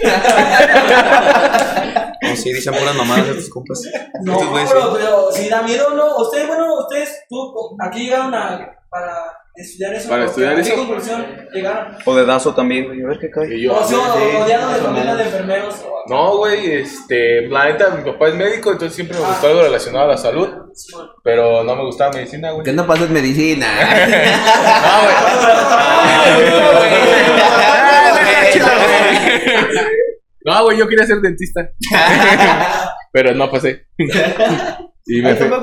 S4: No, sí, dicen puras mamadas estos compas.
S3: No,
S4: Estos güeyes,
S3: pero,
S4: sí.
S3: pero si da miedo, no. Ustedes, bueno, ustedes, tú, aquí llegaron a, para estudiar eso.
S8: Para
S3: ¿no?
S8: estudiar
S3: ¿A qué
S8: eso.
S3: conclusión llegaron?
S4: O dedazo también, güey. A ver qué cae.
S8: Y
S3: Yo,
S8: yo, "Ah,
S3: o sea, odiaron de
S6: más o
S3: familia
S6: menos.
S3: de enfermeros. o-
S8: No, güey, este, la neta, mi papá es médico, entonces siempre me gustó algo relacionado a la salud, pero no me gustaba medicina, güey.
S5: Que no pases medicina.
S8: No, güey. No, güey, yo quería ser dentista. Pero no pasé. Y me, fui, y, me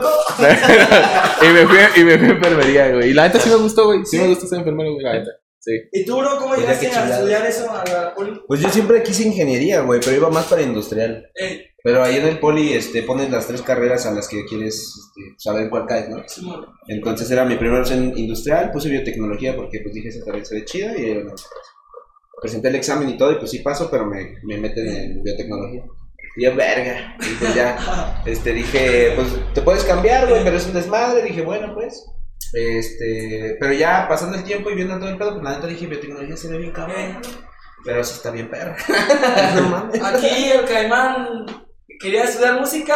S8: fui, y me fui a enfermería, güey. Y la neta sí me gustó, güey. Sí me gustó ser enfermero, güey, la neta. Sí.
S3: ¿Y tú, bro, cómo
S6: Mira qué
S3: llegaste a
S6: chulada.
S3: estudiar eso a la poli?
S6: Pues yo siempre quise ingeniería, güey, pero iba más para industrial.
S3: Eh,
S6: Pero ahí en el poli este, pones las tres carreras a las que quieres este, saber cuál caes, ¿no?
S3: Simón.
S6: Entonces era mi primera opción industrial, puse biotecnología porque pues dije esa también se ve chida y ahí, bueno, presenté el examen y todo y pues sí paso, pero me, me meten en biotecnología. Y yo, verga, y pues ya, este, dije, pues te puedes cambiar, güey, pero es un desmadre, dije, bueno, pues, este, pero ya pasando el tiempo y viendo todo el pedo, pues la neta dije, biotecnología se ve bien cabrón, pero sí está bien perra, no mames.
S3: Aquí el caimán quería estudiar música,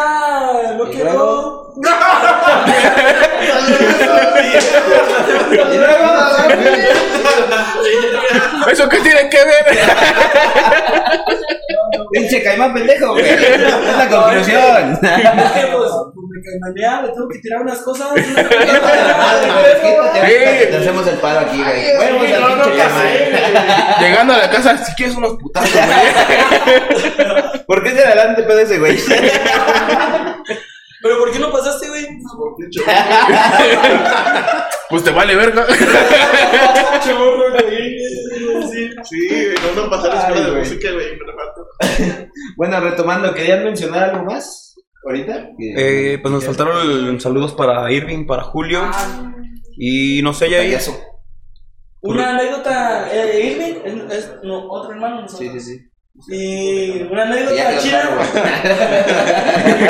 S3: no
S6: ¿Y
S3: quedó.
S6: Y luego,
S8: ¿Eso qué tiene que ver?
S6: Pinche caimán pendejo, güey. Es la conclusión.
S3: Es que pues, pues, me caimanea, le tengo que tirar unas cosas. unas
S8: Sí.
S6: Te hacemos el paro aquí, güey. Huevos
S1: Sí, no,
S6: al
S1: no
S6: pinche caimán.
S1: pasé.
S8: Llegando a la casa, si quieres unos putazos, güey.
S6: ¿Por qué se le adelante pedo ese güey?
S3: Pero ¿por qué no pasaste, güey?
S8: Pues te vale verga.
S3: Chorro, güey. Sí.
S1: Sí, güey, no, no pasar la escuela
S6: Ay,
S1: de
S6: güey.
S1: música, güey, me mato.
S6: Bueno, retomando, ¿querían mencionar algo más? ¿Ahorita?
S4: Eh, pues nos faltaron saludos para Irving, para Julio.
S3: Ah,
S4: Y no sé, ya ahí.
S6: Payaso.
S3: Una anécdota, eh, Irving es, es no, otro hermano.
S6: Sí, sí,
S3: nosotros.
S6: sí.
S3: Y una
S6: Ya
S3: anécdota
S6: quedó claro,
S3: chida.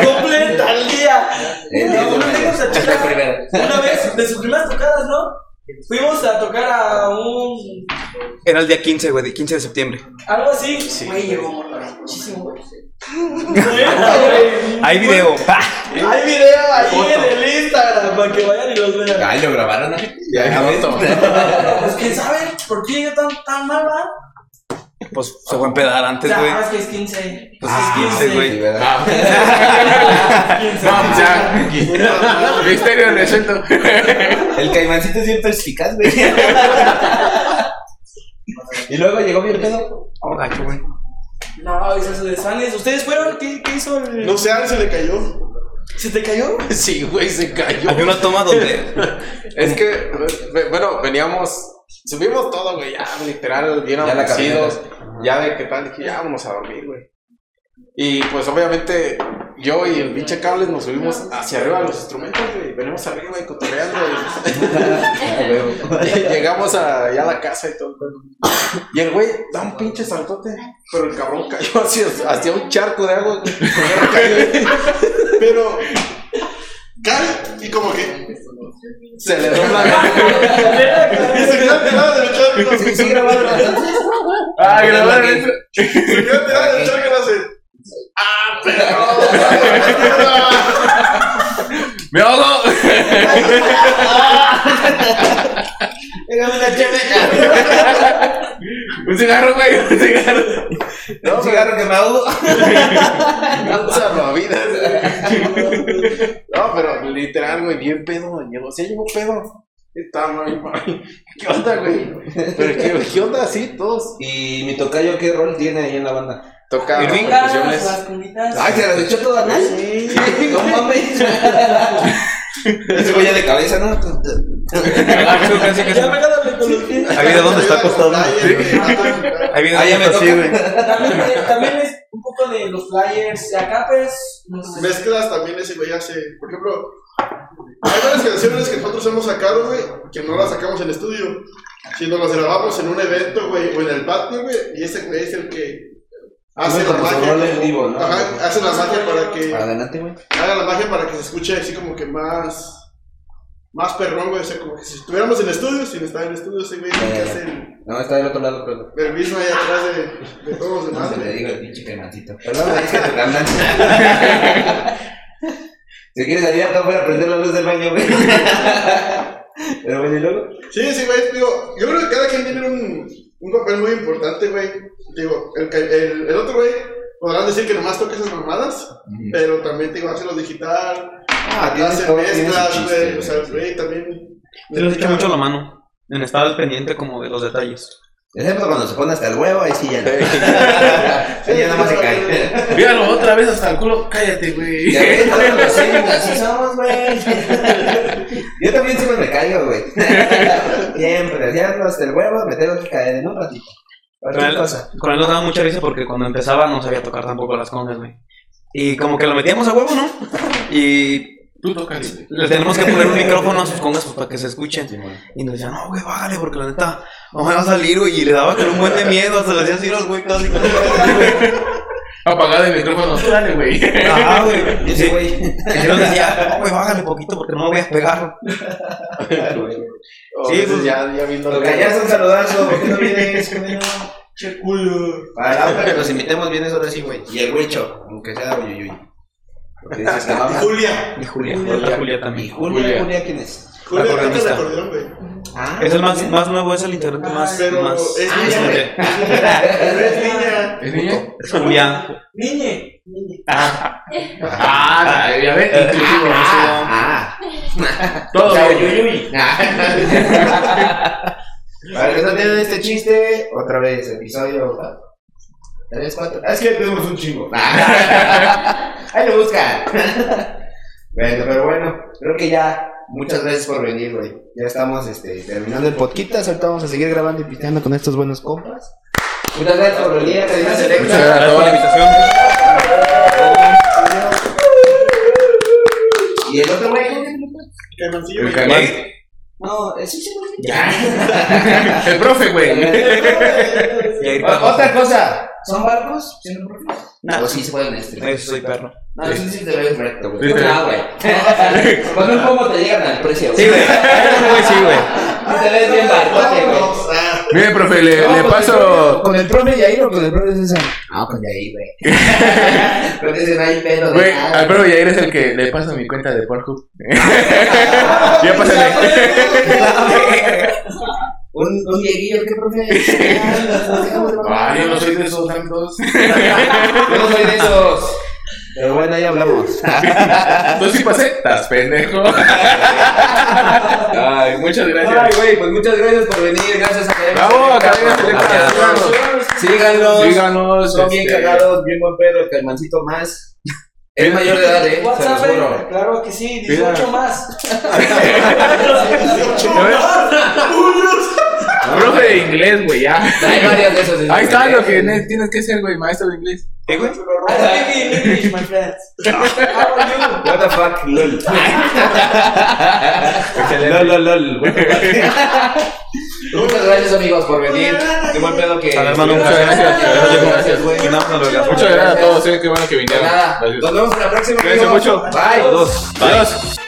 S3: Completa al día.
S6: Eh,
S3: No,
S6: sí,
S3: una
S6: sí,
S3: anécdota
S6: sí.
S3: chida.
S6: La primera.
S3: Una vez, de sus primeras tocadas, ¿no? Fuimos a tocar a un.
S4: Era el día 15, güey, de 15 de septiembre.
S3: algo así. Sí. Güey, llegó muchísimo, güey. Hay
S8: Pues,
S4: Hay video.
S3: video ahí en el Instagram para que vayan y los vean.
S6: Ay, lo grabaron.
S8: Ya,
S6: Ya,
S8: ya,
S6: ves.
S8: ya.
S3: Pues quién sabe por qué yo tan, tan mal, ¿verdad?
S4: Pues se fue a empedar
S3: O
S4: antes,
S3: sea,
S4: güey.
S3: ahora es que es 15.
S4: Pues es 15, güey.
S8: Ah.
S3: No,
S8: No, pues ya. Misterio resuelto.
S6: El caimancito es bien perspicaz, güey. y luego llegó bien pedo.
S4: Oh, gacho, güey.
S3: No, hizo sus desfanes. ¿Ustedes fueron? ¿Qué, qué hizo el.?
S1: No sé, a él se le cayó.
S3: ¿Se te cayó?
S2: Sí, güey, se cayó.
S4: Hay una toma donde.
S2: Es que, ve- bueno, veníamos, subimos todo, güey, ya, literal, bien
S6: Ya la
S2: amanecidos, ya de qué tal, dije, ya vamos a dormir, güey. Y pues obviamente yo y el pinche cables nos subimos hacia arriba de los instrumentos, güey, venimos arriba y cotorreando. y- y llegamos a, ya a la casa y todo. el pedo. Y el güey da un pinche saltote, pero el cabrón cayó hacia, hacia un charco de agua. güey.
S1: Pero cae y como que.
S2: Se le dobla la
S1: Y se queda tirado del charco.
S6: Sí, sí, grabaron entonces.
S8: Ah, grabaron eso.
S1: Se queda tirado del charco y no sé.
S8: ¡Me ahogo!
S6: Era una chévere.
S8: Un cigarro, güey, un cigarro.
S6: Un cigarro que me ahogo.
S2: salvavidas. No, pero literal, güey, bien pedo, llegó, sí llegó pedo. Estaba muy mal. ¿Qué onda, güey? Pero qué, qué onda así, todos
S6: Y mi tocayo, ¿qué rol tiene ahí en la banda?
S2: tocaban
S4: Irving.
S3: Las las
S2: percusiones.
S3: cumbitas.
S6: Ay, se las echó todas, ¿no? Sí. No mames. Ese güey ya de cabeza, ¿no?
S4: Gacho, casi que se.
S3: Ya pegándole con los pies.
S4: Ahí viene donde está acostado. Ahí viene
S6: Ahí ya
S4: donde
S6: me
S4: está así,
S6: toca.
S4: güey.
S3: También, también es un poco de los flyers. Y acá, pues. No sé.
S1: Mezclas también ese güey hace. Por ejemplo, hay varias canciones que nosotros hemos sacado, güey, que no las sacamos en estudio, sino las grabamos en un evento, güey, o en el patio, güey, y ese güey es el que hace
S6: Hace
S1: la
S6: como su
S1: magia.
S6: rol en vivo, ¿no? Ah.
S1: Ajá, hace la magia para que.
S6: Adelante, güey.
S1: haga la magia para que se escuche así como que más más perrón, güey. O sea, como que si estuviéramos en estudio, si no estaba en estudio, ese güey que
S6: ya,
S1: hace el,
S6: No, está del otro lado, perdón.
S1: el mismo ahí atrás de, de todos los
S6: No
S1: demás.
S6: se le
S1: güey.
S6: digo el pinche quematito. Perdón, es que tu carnal. Si quieres salir acá voy a prender la luz del baño, güey. Pero bueno, y luego.
S1: Sí, sí, güey. Digo, yo creo que cada quien tiene un, un papel muy importante, güey. Digo, el, ca- el, el otro güey podrán decir que nomás toca esas mamadas, pero también, digo, hace lo digital,
S6: Ah,
S1: hace
S6: todo, tiene su
S1: mezclas,
S6: chiste,
S1: güey. O sea,
S6: sí.
S1: güey, también.
S4: Se nos echa mucho la mano. En estar al pendiente como de los detalles.
S6: Excepto cuando se pone hasta el huevo, ahí sí ya. no. Ahí ya nada más se cae.
S8: Míralo otra vez hasta el culo. Cállate, güey.
S6: Ya ves, todos los signos así somos, güey. Yo también siempre me caigo, güey. Siempre, ya hasta el huevo, me tengo que caer en un ratito.
S4: Con
S6: Cualquier
S4: él,
S6: cosa.
S4: con él nos daba mucha risa porque cuando empezaba no sabía tocar tampoco las congas, güey. Y como que lo metíamos a huevo, ¿no? Y
S8: Tú tocas.
S4: le tenemos que poner un micrófono a sus congas pues, para que se escuchen. Y nos decía, no, güey, bájale porque la neta no me va a salir, güey. Y le daba con un buen de miedo, hasta le hacía así los güey casi.
S8: Apagado el micrófono. Dale, güey.
S4: Ah, güey.
S6: Y
S4: Y
S6: ese
S4: sí,
S6: güey.
S4: y nos decía, no, güey, bájale poquito porque no me voy a pegar.
S2: O a veces
S4: pues,
S2: ya, ya viendo
S6: Lo callas un saludazo, ¿por qué no vienes? Che culo. Para ahora que los invitemos vienes ahora sí, güey. Y el huecho, aunque sea uyuyuy. Porque dices que no.
S1: Julia.
S4: Y Julia, Julia, Julia
S6: ¿Y
S4: también.
S6: Julia?
S8: Julia.
S6: ¿Julia quién es?
S1: Julia toca el
S4: acordeonista.
S1: acordeón, güey.
S6: Ah,
S4: Es el más, más nuevo, es el integrante más.
S1: Pero
S4: más
S1: es
S4: más
S1: niña, güey.
S4: grande.
S1: Es niña. Es
S8: ¿Es
S1: niña.
S8: niña?
S4: Es Julia.
S3: Niñe.
S8: Ah, ya ves. Inclusivo, inclusivo.
S6: Ah,
S8: Todo bien.
S6: para los que no tienen este chiste, otra vez, episodio 3, 4. Ah, Es que tenemos un chingo. Ahí lo buscan. Bueno, pero bueno, creo que ya. Muchas gracias por venir, güey. Ya estamos este, terminando el podcast. Ahorita vamos a seguir grabando y pisteando con estos buenos compas. Muchas gracias por venir, Cadena Selecta.
S8: Muchas gracias a todos.
S6: Y el otro güey.
S1: Caimancillo,
S8: El
S1: güey.
S8: caimán.
S6: No, sí, sí, güey.
S8: El profe, güey.
S4: Y ahí
S6: O-
S4: perro.
S6: Otra cosa, ¿son barcos? ¿Sí, no, profe? O sí se pueden este, estrenar.
S4: Eso soy perro.
S6: No, eso sí te ves recto, güey.
S8: Sí, sí.
S6: No, güey. Pues Con un pomo te llegan al precio, güey.
S4: Sí, güey. Güey, sí, güey.
S6: Sí te ves bien barcote, güey.
S8: Mire, profe, le, le
S6: No, pues,
S8: paso.
S6: ¿Con el profe Yair o con el profe César? No, con Yair, güey. No dicen ahí pedo de
S8: Güey,
S6: nada.
S8: al profe Yair es el que le paso mi cuenta de Pornhub. ya pásale.
S6: Un, un dieguillo, ¿qué profe?
S2: Ay, yo no soy de esos tantos.
S6: Yo no soy de esos. Pero bueno, ahí hablamos.
S8: Tú sí pasé. Estás pendejo. Ay, muchas
S6: Ay,
S8: gracias.
S6: güey, pues muchas gracias por venir. Gracias a Academia
S8: Bravo,
S6: Selecta.
S8: Academia Selecta.
S6: Síganlos.
S8: Síganos.
S6: Son bien
S8: este,
S6: cagados, bien buen pedo. El calmancito más. Es mayor de edad, eh. Se los
S3: WhatsApp,
S6: juro.
S3: claro que sí,
S8: Mira.
S3: 18 más.
S8: ¿ya ves? Profe de inglés, güey, ya.
S6: Hay varias de esas. ¿eh?
S8: Ahí está lo que ne- tienes que ser, güey, maestro de inglés.
S4: ¿Qué, güey?
S3: I speak in English, my friends. How are you?
S6: What the fuck, lol. Excelente. Lol, lol, lol. What the fuck. Muchas gracias, amigos, por venir. Qué buen pedo que.
S4: Al hermano,
S8: muchas gracias.
S6: Muchas gracias, güey.
S8: Muchas gracias a todos, eh, qué bueno que vinieron.
S6: Nada.
S8: Gracias.
S6: Nos vemos en la próxima.
S8: Cuídense
S6: amigos.
S8: mucho.
S6: Bye.
S8: Adiós.